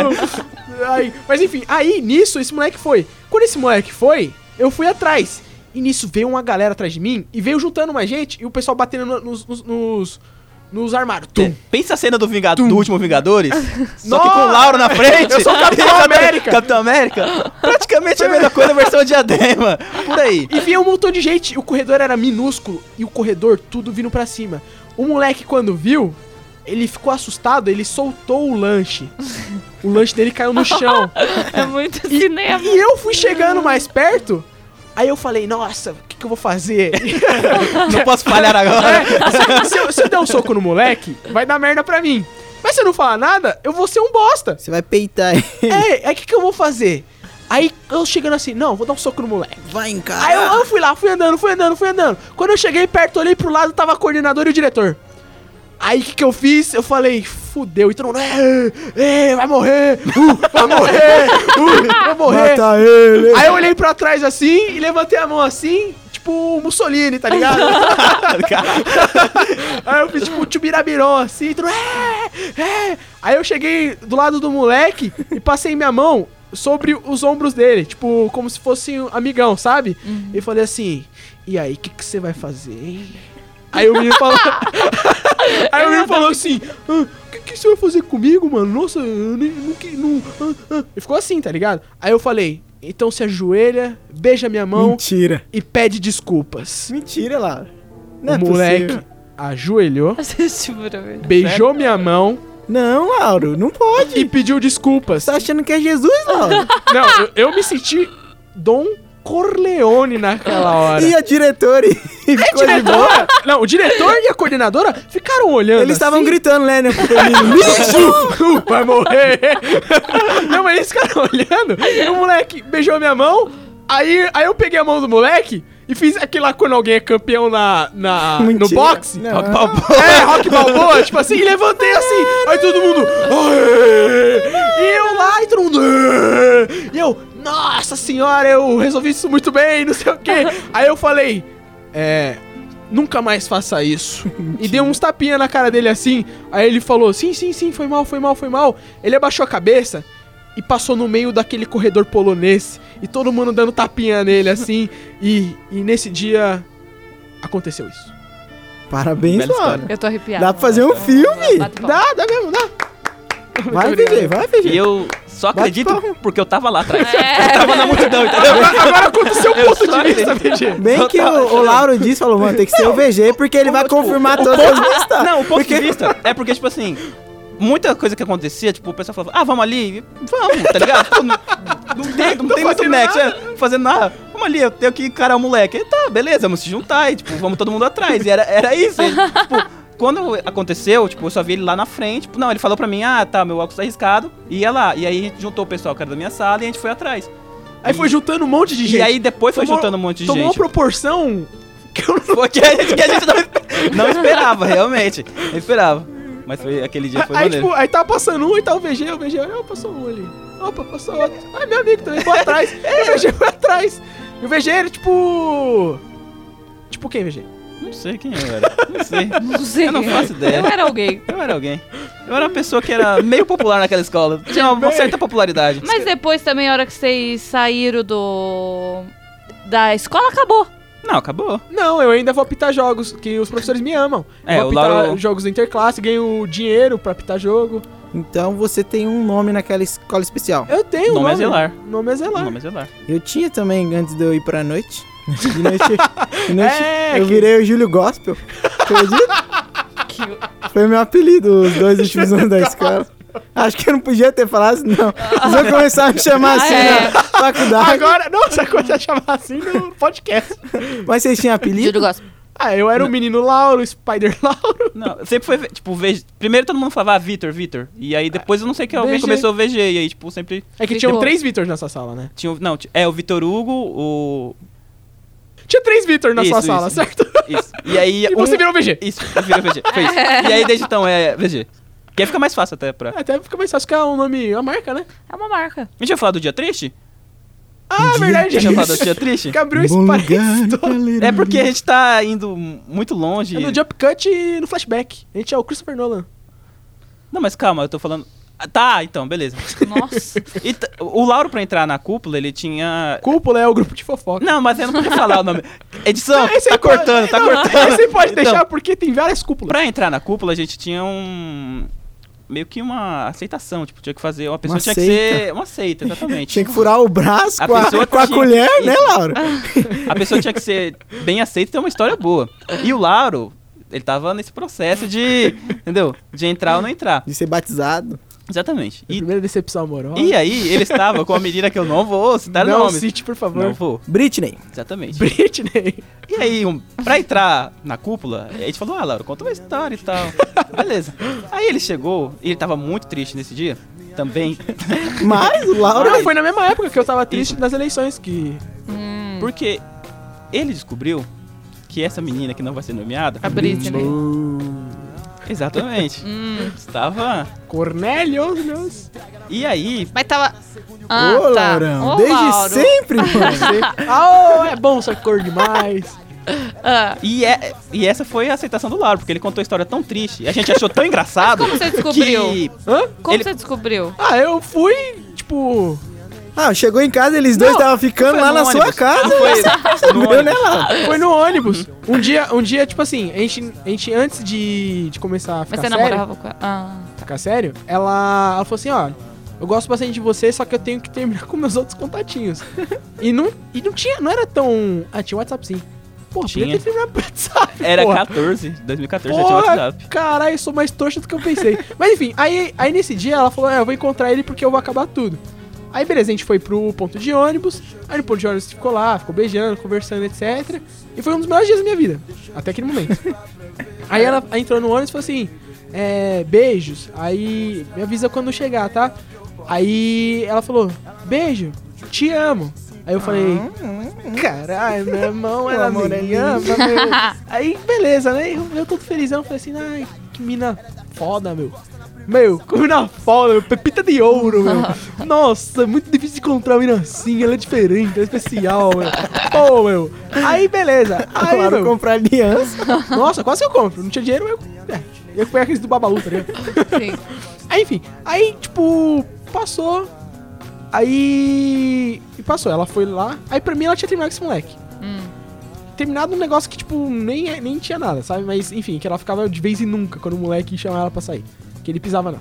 Aí, mas enfim, aí nisso, esse moleque foi. Quando esse moleque foi, eu fui atrás. E nisso veio uma galera atrás de mim e veio juntando mais gente e o pessoal batendo no- nos, nos, nos, nos armários. Tum. Pensa a cena do, Vinga- do último Vingadores, só que com o Nossa! Lauro na frente. Eu sou o Capitão E América. Capitão América. Praticamente a mesma coisa, versão diadema. Por aí. E vinha um montão de gente, e o corredor era minúsculo e o corredor tudo vindo pra cima. O moleque, quando viu, ele ficou assustado, ele soltou o lanche. O lanche dele caiu no chão. É muito E, cinema. e eu fui chegando mais perto, aí eu falei, nossa, o que, que eu vou fazer? Não posso falhar agora. É, se, eu, se eu der um soco no moleque, vai dar merda pra mim. Mas se eu não falar nada, eu vou ser um bosta. Você vai peitar aí. É, aí o que, que eu vou fazer? Aí eu chegando assim, não, vou dar um soco no moleque. Vai encarar. Aí eu, eu fui lá, fui andando, fui andando, fui andando. Quando eu cheguei perto, olhei pro lado, tava a coordenadora e o diretor. Aí o que, que eu fiz? Eu falei, fudeu, então é, é, vai morrer, uh, vai morrer, uh, vai morrer. Mata ele. Aí eu olhei pra trás assim e levantei a mão assim, tipo o Mussolini, tá ligado? Aí eu fiz tipo o Tchubirabiron assim, tudo, é, é. Aí eu cheguei do lado do moleque e passei minha mão sobre os ombros dele, tipo, como se fosse um amigão, sabe? E falei assim, e aí, o que que você vai fazer, hein? Aí o menino falou. aí o menino falou assim: "Ah, O que, que você vai fazer comigo, mano? Nossa, eu nem, não. que- não ah, ah." Ele ficou assim, tá ligado? Aí eu falei: Então se ajoelha, beija minha mão Mentira. e pede desculpas. Mentira, Lauro. Não é o moleque possível. ajoelhou, Você jura, velho? beijou minha mão Não, Lauro, não pode. e pediu desculpas. Você tá achando que é Jesus, Lauro? Não, eu, eu me senti Dom Corleone naquela hora. e a diretora? E É ficou de boa. diretora? Não, o diretor e a coordenadora ficaram olhando. Eles estavam assim. gritando, né? né pro menino? Lixo! Vai morrer! Não, mas eles ficaram olhando, e o moleque beijou a minha mão, aí, aí eu peguei a mão do moleque e fiz aquilo lá quando alguém é campeão na, na, no Mentira. boxe. Não. Rock Balboa. É, rock balboa, tipo assim, e levantei assim, aí todo mundo. "Aê!" E eu lá, e todo mundo. "Aê!" E eu, nossa senhora, eu resolvi isso muito bem, não sei o quê. Aí eu falei, é. Nunca mais faça isso. e dei uns tapinha na cara dele assim. Aí ele falou: sim, sim, sim, foi mal, foi mal, foi mal. Ele abaixou a cabeça e passou no meio daquele corredor polonês. E todo mundo dando tapinha nele assim. e, e nesse dia aconteceu isso. Parabéns, Bela Lauro. história. Eu tô arrepiada. Dá pra fazer um filme. Bate palma. Ah, Dá, dá mesmo, dá. Vai, obrigado. VG, vai, VG. E eu só acredito palma. porque eu tava lá atrás. É. Eu tava na multidão, entendeu? Agora, agora conta o seu ponto só de vista, acredito. BG. Bem que o, o Lauro disse, falou, mano, tem que ser o VG, porque ele vai confirmar todas as listas. Não, o ponto Porque- de vista é porque, tipo assim, muita coisa que acontecia, tipo, o pessoal falava, ah, vamos ali, vamos, tá ligado? Pô, não, não tem, não tem muito fazendo nexo, é, não fazendo nada. Vamos ali, eu tenho que encarar o moleque. E tá, beleza, vamos se juntar, e, tipo, vamos todo mundo atrás. E era, era isso. e, tipo, quando aconteceu, tipo, eu só vi ele lá na frente. Tipo, não, ele falou pra mim, ah, tá, meu óculos tá arriscado. E ia lá. E aí a gente juntou o pessoal que era da minha sala e a gente foi atrás. Aí foi juntando um monte de E gente. aí depois foi Tomou- juntando um monte de tomou uma gente. proporção que eu não... Porque a gente, que a gente não, espe- não esperava, realmente. Não esperava. Mas foi aquele dia foi aí, maneiro. tipo, aí tava passando um e tava o VG, o VG, olha, passou um ali. Opa, passou outro. Ah, meu amigo também foi atrás. É. E o VG foi atrás. E o VG era tipo... Tipo quem, VG? Não sei quem eu era. Não sei. Não sei. Eu não faço ideia. Eu era alguém. Eu era alguém. Eu era uma pessoa que era meio popular naquela escola. Tinha uma certa popularidade. Mas depois também, a hora que vocês saíram do... Da escola, acabou. Não, acabou. Não, eu ainda vou apitar jogos, que os professores me amam. É, Eu vou o apitar Lauro- jogos da interclasse, ganho dinheiro pra apitar jogo. Então você tem um nome naquela escola especial. Eu tenho Nome um nome. é Zelar. Nome é Zelar. Nome é Zelar. Eu tinha também antes de eu ir pra noite. De noite, de noite É, eu que- virei o Júlio Gospel. Acredita? Foi meu apelido os dois últimos anos da escola. Acho que eu não podia ter falado, não. Eles vão começar a me chamar assim é. na faculdade. Agora, nossa, coisa a chamar assim no podcast. Mas vocês tinham apelido? Júlio Gospel. Ah, eu era o menino Lauro, Spider Lauro. Não, sempre foi, tipo, VG. Primeiro todo mundo falava, ah, Vitor, Vitor. E aí depois eu não sei que alguém VG. começou o VG. E aí, tipo, sempre É que Vitor. tinham três Vitor na sua sala, né? tinha. o- Não, ti- é o Vitor Hugo, o. Tinha três Vitor na Isso, sua isso. sala, certo? Isso. E aí. E você um- virou VG. Isso, eu virei VG. Foi isso. E aí desde então é VG. Que aí fica mais fácil até pra. Até fica mais fácil que é um nome, uma marca, né? É uma marca. A gente vai falar do dia triste? Ah, verdade. A gente vai falar do dia triste? Que abriu esse parênteses todo. É porque a gente tá indo muito longe. É no Jump Cut e no Flashback. A gente é o Christopher Nolan. Não, mas calma, eu tô falando. Ah, Tá, então, beleza. Nossa. E t- o Lauro, pra entrar na cúpula, ele tinha. Cúpula é o grupo de fofoca. Não, mas eu não podia falar o nome. Edição, Esse tá aí pode- cortando, tá Não, cortando. Esse aí pode Então, deixar porque tem várias cúpulas. Pra entrar na cúpula, a gente tinha um. Meio que uma aceitação, tipo, tinha que fazer. Uma pessoa Uma tinha que seita. ser. Uma seita, exatamente. Tinha que furar o braço A com a, pessoa com a tinha- colher, né, Isso. Laura? A pessoa tinha que ser bem aceita e ter uma história boa. E o Lauro, ele tava nesse processo de. Entendeu? De entrar ou não entrar. De ser batizado. Exatamente. Minha E, Primeira decepção amorosa. e aí, ele estava com a menina que eu não vou citar Não nomes. cite, por Não favor. vou, Britney. exatamente. Britney. E aí, um, pra entrar na cúpula, a gente falou, ah, Lauro, conta uma história e tal. Beleza. Aí ele chegou, e ele tava muito triste nesse dia, também. Mas o Laura. é Não, foi na mesma época que eu tava triste nas eleições que... Hum. Porque ele descobriu que essa menina que não vai ser nomeada... A Britney. Exatamente. Hum. Estava... Cornélio, meus... E aí, Mas tava. Ah, Ô, tá. Laurão, Ô, desde Lauro. sempre, mano. Ah, oh, é bom essa cor demais. Ah, e, é, e essa foi a aceitação do Lauro, porque ele contou a história tão triste, e a gente achou tão engraçado... Mas como você descobriu? Que... Hã? como Ele- você descobriu? Ah, eu fui, tipo... Ah, chegou em casa, eles dois Não, estavam ficando foi lá no na sua ônibus. casa. Foi no Meu, né, ônibus. Laura? Foi no ônibus. Um dia, um dia tipo assim, a gente, a gente antes de, de começar a Mas ficar você sério... namorava com ela? Ah, tá. Ficar sério? Ela, ela falou assim, ó... Eu gosto bastante de você, só que eu tenho que terminar com meus outros contatinhos. e, não, e não tinha... Não era tão... Ah, tinha WhatsApp sim. Pô, podia Tinha. ter terminado por WhatsApp, Era porra. 14, 2014, já tinha Porra, WhatsApp. caralho, eu sou mais trouxa do que eu pensei. Mas enfim, aí, aí nesse dia ela falou: é, eu vou encontrar ele porque eu vou acabar tudo. Aí beleza, a gente foi pro ponto de ônibus. Aí no ponto de ônibus ficou lá, ficou beijando, conversando, etc. E foi um dos melhores dias da minha vida, até aquele momento. aí ela entrou no ônibus e falou assim: é, beijos, aí me avisa quando chegar, tá? Aí ela falou: beijo, te amo. Aí eu falei: caralho, meu irmão, ela amor, me ele ama, meu. Aí, beleza, né? Eu, eu todo felizão, falei assim, ai, que mina foda, meu. Meu, que mina foda, meu, pepita de ouro, meu. Nossa, é muito difícil de encontrar uma mina assim, ela é diferente, ela é especial, meu. Pô, meu. Aí, beleza. Aí, Laura meu. comprar aliança. Nossa, quase que eu compro. Não tinha dinheiro, eu... É, eu fui a crise do Babalu, tá ligado? Sim. Aí, enfim, aí, tipo, passou. Aí. E passou, ela foi lá. Aí pra mim ela tinha terminado com esse moleque. Terminado um negócio que, tipo, nem, é- nem tinha nada, sabe? Mas, enfim, que ela ficava de vez em nunca quando o moleque chamava ela pra sair. Que ele pisava não.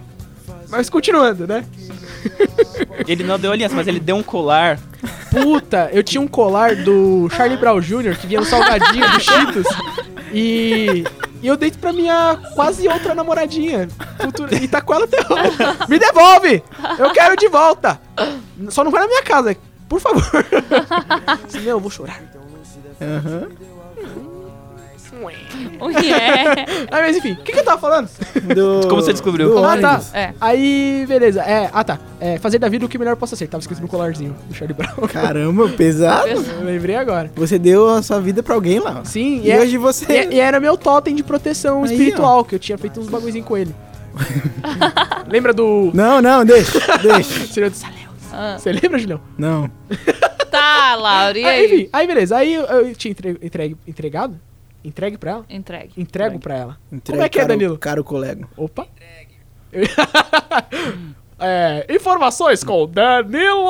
Mas continuando, né? Ele não deu aliança, mas ele deu um colar Puta, eu tinha um colar do Charlie Brown Jr. que vinha no salgadinho do Cheetos. E. E eu dei pra minha quase outra namoradinha. futura- e tá com ela até hoje. Me devolve! Eu quero de volta! Só não vai na minha casa, por favor. Senão eu vou chorar. O que é? Ah, mas enfim, o que, que eu tava falando? Do, Como você descobriu? do Ah, tá. ônibus. É. Aí, beleza. É, ah, tá. É, fazer da vida o que melhor possa ser. Tava escrito no colarzinho do Charlie Brown. Caramba, pesado. Eu lembrei agora. Você deu a sua vida pra alguém, Laura. Sim, E é- hoje você. E, e era meu totem de proteção Aí, espiritual, que eu tinha feito uns bagulhozinhos com ele. lembra do. Não, não, deixa, deixa. Senhor do Saleu? Ah. Você lembra, Julião? Não. Tá, Laura, e Ah, aí? enfim, aí beleza. Aí eu, eu tinha entre- entregue, entregado? Entregue pra ela? Entregue. Entrego pra ela. Entrega é que é, caro- Danilo? Caro colega. Opa! É, informações com o Danilo!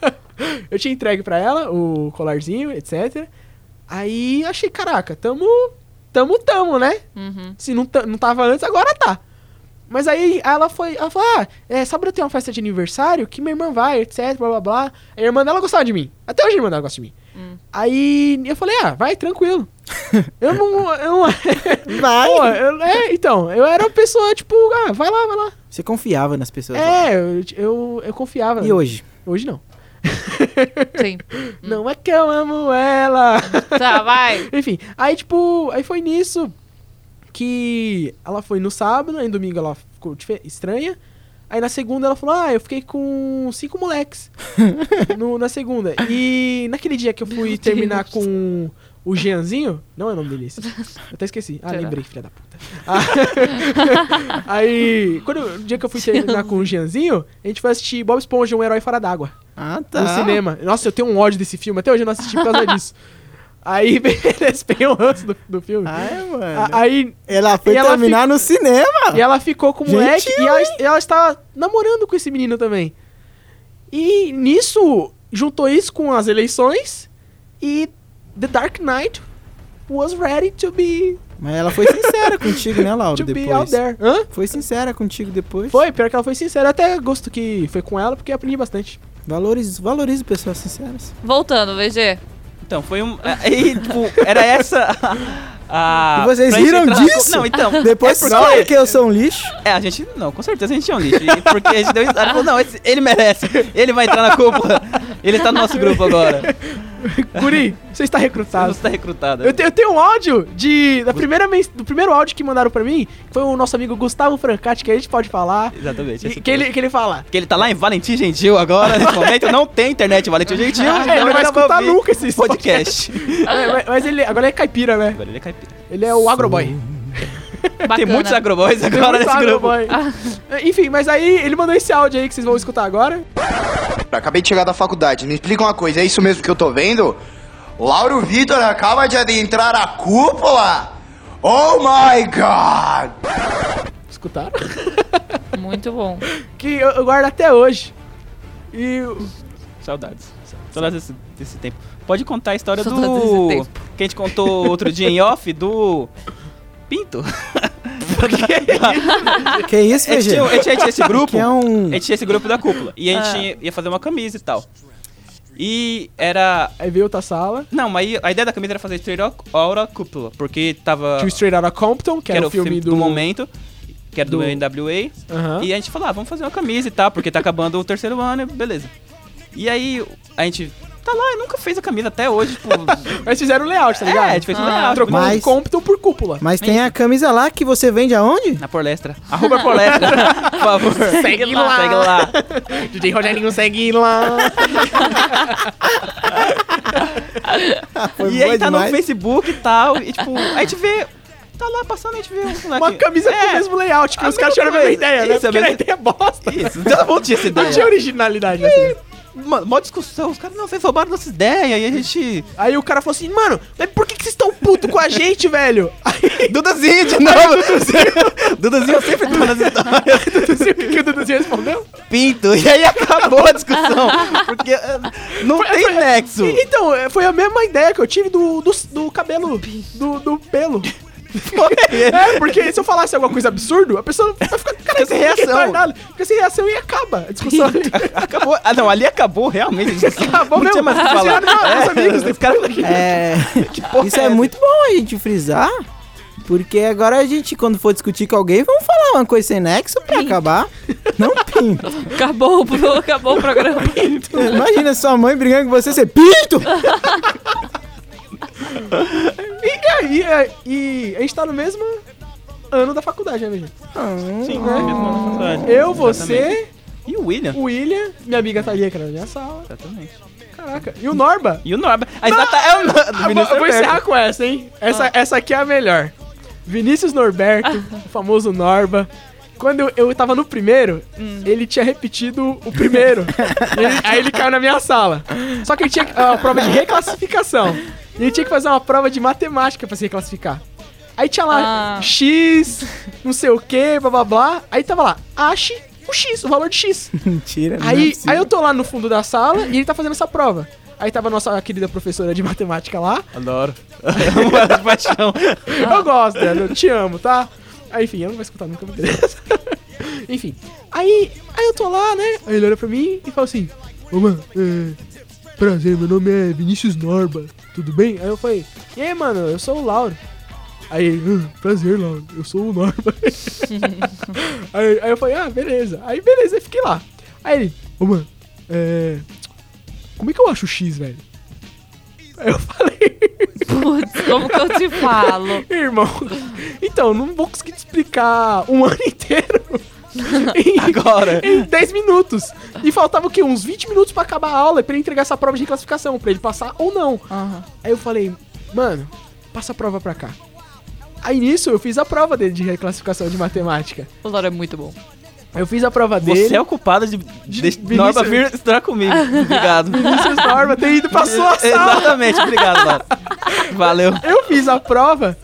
eu tinha entregue pra ela o colarzinho, etc. Aí achei, caraca, tamo. Tamo, tamo, né? Uhum. Se não, ta- não tava antes, agora tá. Mas aí ela foi, ela falou, ah, é, sábado tem uma festa de aniversário que minha irmã vai, etc, blá blá blá. A irmã dela gostava de mim. Até hoje a irmã dela gosta de mim. Hum. Aí eu falei, ah, vai, tranquilo. eu não. Eu não Vai. Pô, eu- é, então, eu era uma pessoa, tipo, ah, vai lá, vai lá. Você confiava nas pessoas. lá. É, eu, eu, eu confiava. E hoje? Hoje não. Sim. Não é que eu amo ela. Tá, vai. Enfim, aí tipo, aí foi nisso que ela foi no sábado, aí no domingo ela ficou dife- estranha. Aí na segunda ela falou: Ah, eu fiquei com cinco moleques. no, na segunda. E naquele dia que eu fui terminar com o Jeanzinho. Não é o nome dele esse. Eu até esqueci. Ah, Será? lembrei, filha da puta. Ah, aí, quando, eu- no dia que eu fui terminar com o Jeanzinho, a gente foi assistir Bob Esponja, um herói fora d'água Ah, tá. no cinema. Nossa, eu tenho um ódio desse filme. Até hoje eu não assisti por causa disso. Aí, beleza, peguei o ranço do, do filme. Ai, Ah, é, Ah, mano. A- aí, Ela foi Ah, E ela terminar no cinema. e ela ficou com o moleque Gentil, e ela, e ela está namorando com esse menino também. E nisso, juntou isso com as eleições e The Dark Knight was ready to be, Mas ela foi sincera contigo, né, Laura? to be out depois. there. Hã? Foi sincera contigo depois. Foi, pior que ela foi sincera. Eu Até gosto que foi com ela, porque eu aprendi bastante. Valorizo, valorizo pessoas sinceras. Voltando, VG. Então, foi um. Aí, tipo, era essa. a- E vocês pra gente riram entrar na- disso? Não, então. Depois é só porque, porque eu sou um lixo. é, a gente. Não, com certeza a gente é um lixo. E Porque a gente deu risada, falou, não, esse- ele merece. Ele vai entrar na cúpula. Ele tá no nosso grupo agora. Guri, você está Tá. recrutado. Você tá recrutada. Eu, te- eu tenho um áudio de, da primeira, mens- do primeiro áudio que mandaram pra mim, que foi o nosso amigo Gustavo Francati, que a gente pode falar. Exatamente. esse Que, que ele, que ele fala. Porque ele tá lá em Valentim Gentil agora, nesse momento. Não tem internet em Valentim Gentil. Ah, então ele não vai vai escutar ouvir nunca esse podcast. É, mas, mas ele agora ele é caipira, né? Agora ele é caipira. Ele é o agroboy. Bacana. Tem muitos agroboys Ele é agora muito nesse grupo. agroboy. Enfim, mas aí ele mandou esse áudio aí que vocês vão escutar agora. Acabei de chegar da faculdade. Me explica uma coisa, é isso mesmo que eu tô vendo? Lauro Vitor acaba de adentrar a cúpula? Oh my god! Escutaram? Muito bom. Que eu, eu guardo até hoje. E Saudades. Saudades desse, desse tempo. Pode contar a história Saudades desse do. tempo. Que a gente contou outro dia em off do. Pinto. Que isso, A gente VG? tinha, a gente- a gente tinha esse grupo. Que é um- A gente tinha esse grupo da cúpula. E a gente ia fazer uma camisa e tal. E era. aí veio outra sala. Não, mas aí a ideia da camisa era fazer Straight Out- Outta Cúpula. Porque tava. Tinha o Straight Outta Compton, que, que era o filme, do... momento. Que era do, do- NWA. Aham. E a gente falou, ah, vamos fazer uma camisa e tal, porque tá acabando o terceiro ano, beleza. E aí, a gente tá lá e nunca fez a camisa até hoje, tipo... Mas fizeram o layout, tá ligado? é, a gente fez um layout. Trocou Mas- Compton por cúpula. Mas tem a camisa lá que você vende aonde? Na Porlestra. Arroba Porlestra, por favor. Segue lá. Segue lá. DJ Rogerinho segue lá. Foi e aí tá no Facebook e tal, e tipo, a gente vê... Tá lá passando, a gente vê um moleque... Uma camisa com o É, mesmo layout, que a os caras tiveram mesma a mesma coisa. ideia, né? Isso, a Porque era mesma- ideia bosta. Isso, todo mundo tinha essa Não tinha ideia. originalidade assim. nessa. Mano, mó discussão, os caras, não, vocês roubaram nossa ideia, e a gente... Aí o cara falou assim, mano, mas por que, que vocês estão puto com a gente, velho? Aí Dudazinho de novo! Dudazinho sempre tá nas histórias. não sei o que, que o Duduzinho respondeu. pinto. E aí acabou a discussão. Porque ah, eh, não tem nexo. E- então, é, foi a mesma ideia que eu tive do, do, do cabelo, do, do pelo. É, porque se eu falasse alguma coisa absurda, a pessoa vai ficar, cara, sem que reação. retardado. Fica sem reação e acaba a discussão. Acabou. Ah, não, ali acabou realmente. a discussão. Acabou não tinha mesmo. mais o que falar. Tiraram os amigos né? os caras É. Isso é muito bom a gente frisar. Porque agora a gente, quando for discutir com alguém, vamos falar uma coisa sem nexo pra acabar. Não pinto. Acabou, o pro- acabou o programa. Imagina sua mãe brigando com você, você pinto! E, aí, é, e a gente tá no mesmo ano da faculdade, né, gente? Sim, é mesmo na faculdade. Eu, você, E o William. o William, minha amiga tá Thalia, que era na minha sala. Exatamente. Caraca. E o Norba. E o Norba. A exata é o Nor- Eu do Ah, vou, Vinícius eu vou Alberto. encerrar com essa, hein? Ah. Essa, essa aqui é a melhor. Vinícius Norberto, o famoso Norba. Quando eu, eu tava no primeiro, Hum. ele tinha repetido o primeiro. Ele- aí ele caiu na minha sala. Só que ele tinha que- a prova de reclassificação. E ele tinha que fazer uma prova de matemática pra se reclassificar. Aí tinha lá Ah. X, não sei o que, blá blá blá. Aí tava lá, ache o X, o valor de X. Mentira, não é Aí, possível. aí eu tô lá no fundo da sala e ele tá fazendo essa prova. Aí tava a nossa querida professora de matemática lá. Adoro. Amo ela de paixão. Ah, Eu gosto dela, eu te amo, tá? Aí, enfim, ela não vai escutar nunca, mas beleza. Enfim. Aí, aí eu tô lá, né? Aí ele olha pra mim e fala assim: Ô, mano, é, prazer, meu nome é Vinícius Norba, tudo bem? Aí eu falei: E aí, mano, eu sou o Lauro. Aí, ele, "Ah, prazer, Lauro, eu sou o Norba. aí, aí eu falei: Ah, beleza. Aí, beleza, eu fiquei lá. Aí ele: Ô, mano, é. Como é que eu acho o X, velho? Aí eu falei: Putz, como que eu te falo? Irmão, então, não vou conseguir te explicar um ano inteiro. em, Agora. Em 10 minutos. E faltava o quê? Uns 20 minutos pra acabar a aula e pra ele entregar essa prova de reclassificação, pra ele passar ou não. Aham. Aí eu falei, mano, passa a prova pra cá. Aí nisso eu fiz a prova dele de reclassificação de matemática. O Lauro é muito bom. Aí Eu fiz a prova dele. Você é o culpado de, de, Vinícius- Norma vir estudar comigo. Obrigado. Vinícius Norma ter ido pra sua sala. Exatamente, obrigado, Laura. Valeu. Eu fiz a prova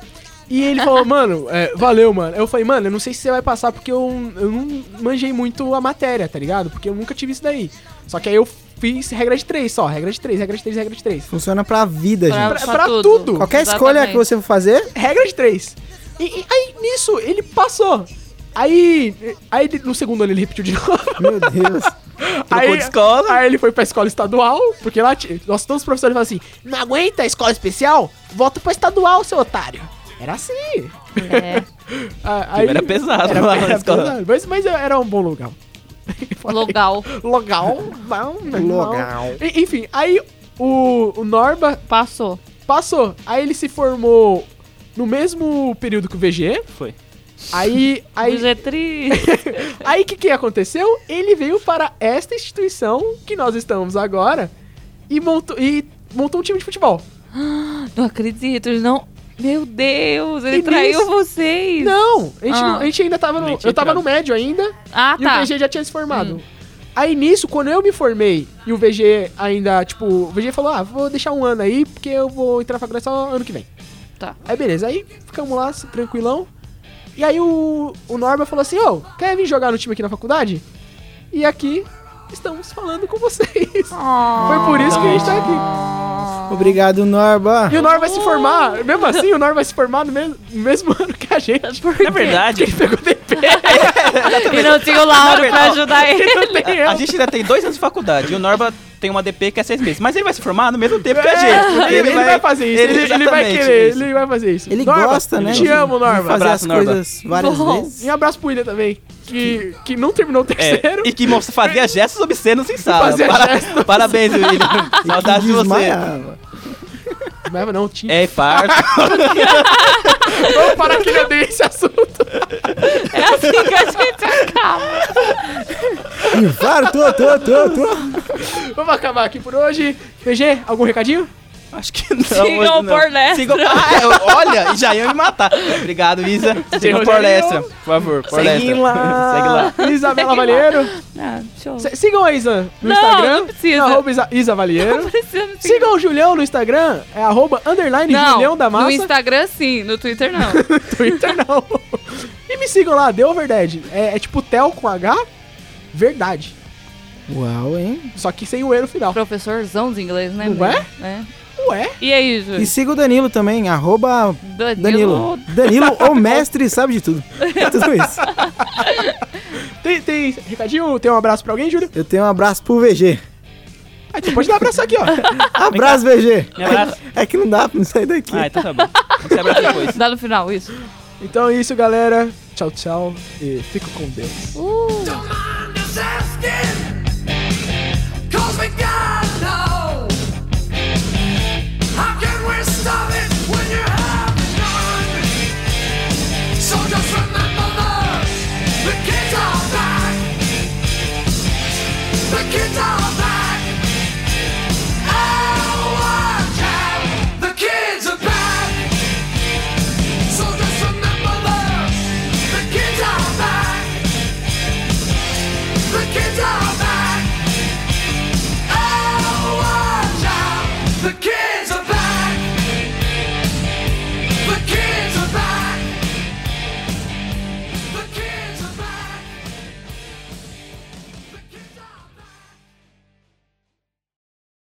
e ele falou, mano, é, valeu, mano. Eu falei, mano, eu não sei se você vai passar porque eu, eu não manjei muito a matéria, tá ligado? Porque eu nunca tive isso daí. Só que aí eu fiz regra de três só, regra de três, regra de três, regra de três. Funciona pra vida, Pra- gente. Pra, pra tudo. Qualquer escolha que você for fazer, Regra de três. E, e aí, nisso, ele passou. Aí, aí ele- no segundo ano ele repetiu de novo. meu Deus. Aí, de escola. Aí ele foi pra escola estadual, porque lá, ti- nós todos os professores falam assim, não aguenta a escola especial? Volta pra estadual, seu otário. Era assim. É. Ah, aí- Era pesado Era, lá na era escola. pesado, mas, mas era um bom lugar. Logal. Logal, bom, Logal. E- Enfim, aí o, o Norba Passou. passou. Aí ele se formou no mesmo período que o VG. Foi. Aí, aí, Hoje é triste. aí que que aconteceu? Ele veio para esta instituição que nós estamos agora e montou, e montou um time de futebol. Não acredito, ele não. Meu Deus, ele E traiu nisso- vocês. Não, a gente, Ah. não- a gente ainda tava Nem no, tinha eu tava no entrado. médio ainda. Ah, E o tá. VG já tinha se formado. Aí nisso, quando eu me formei e o VG ainda, tipo, o VG falou: ah, vou deixar um ano aí, porque eu vou entrar na faculdade só ano que vem. Tá. Aí beleza, aí ficamos lá, se- tranquilão. E aí o, o Norma falou assim: ô, quer vir jogar no time aqui na faculdade? E aqui estamos falando com vocês. Ah. Foi por isso que a gente tá aqui. Obrigado, Norba. E o Norma vai se formar, mesmo assim, o Norma vai se formar no mesmo, no mesmo ano que a gente. Na verdade, E não tinha o Lauro pra Não. ajudar ele. a gente ainda tem dois anos de faculdade e o Norba tem uma DP que é seis meses. Mas ele vai se formar no mesmo tempo que a É, gente. É, Ele, ele vai, fazer isso, ele, ele vai exatamente, querer, isso. ele vai fazer isso. Ele Norma, gosta, né? Te de- amo, de Norma. Fazer Abraço, as Norma. coisas várias Bom. vezes. E um abraço pro William também, que, que não terminou o terceiro. É, e que mostra- fazia gestos obscenos em sala. um- Fazia Para- Parabéns, William. Saudades de tá, você. Ah, Desmaiava. Mas não, tinha. É, parça. Vamos parar que ele odeia esse assunto. É assim que a gente acaba. Claro, tô, tô, tô, tô. Vamos acabar aqui por hoje. PG, algum recadinho? Acho que não. Sigam hoje não. por lestra. Sigam- Ah, é, olha, e já ia me matar. Obrigado, Isa. Sigam por Rogerinho. lestra. Por favor, por lestra. Segue lá. Segue lá. Isabela Valheiro. Ah, show. Se- Sigam a Isa no Não, Instagram. não precisa. Arroba Isa, Isa Valheiro. Precisa me seguir. Sigam o Julião no Instagram. É arroba underline Julião Não, da Massa. no Instagram sim, no Twitter não. Twitter não. e me sigam lá, The Overdad. É, é tipo Tel com H, verdade. Uau, hein? Só que sem o E no final. Professorzão de inglês, né? Não meu? é? Ué? E aí, Ju? E siga o Danilo também, arroba Danilo. Danilo. Danilo, o mestre, sabe de tudo. É tudo isso. Tem, tem recadinho? Tem um abraço pra alguém, Júlio? Eu tenho um abraço pro VG. Aí tu pode dar um abraço aqui, ó. Abraço, VG. Me abraça. É que não dá pra não sair daqui. Ah, então tá bom. Você abraça depois. Dá no final, isso. Então é isso, galera. Tchau, tchau. E fica com Deus. Don't mind us asking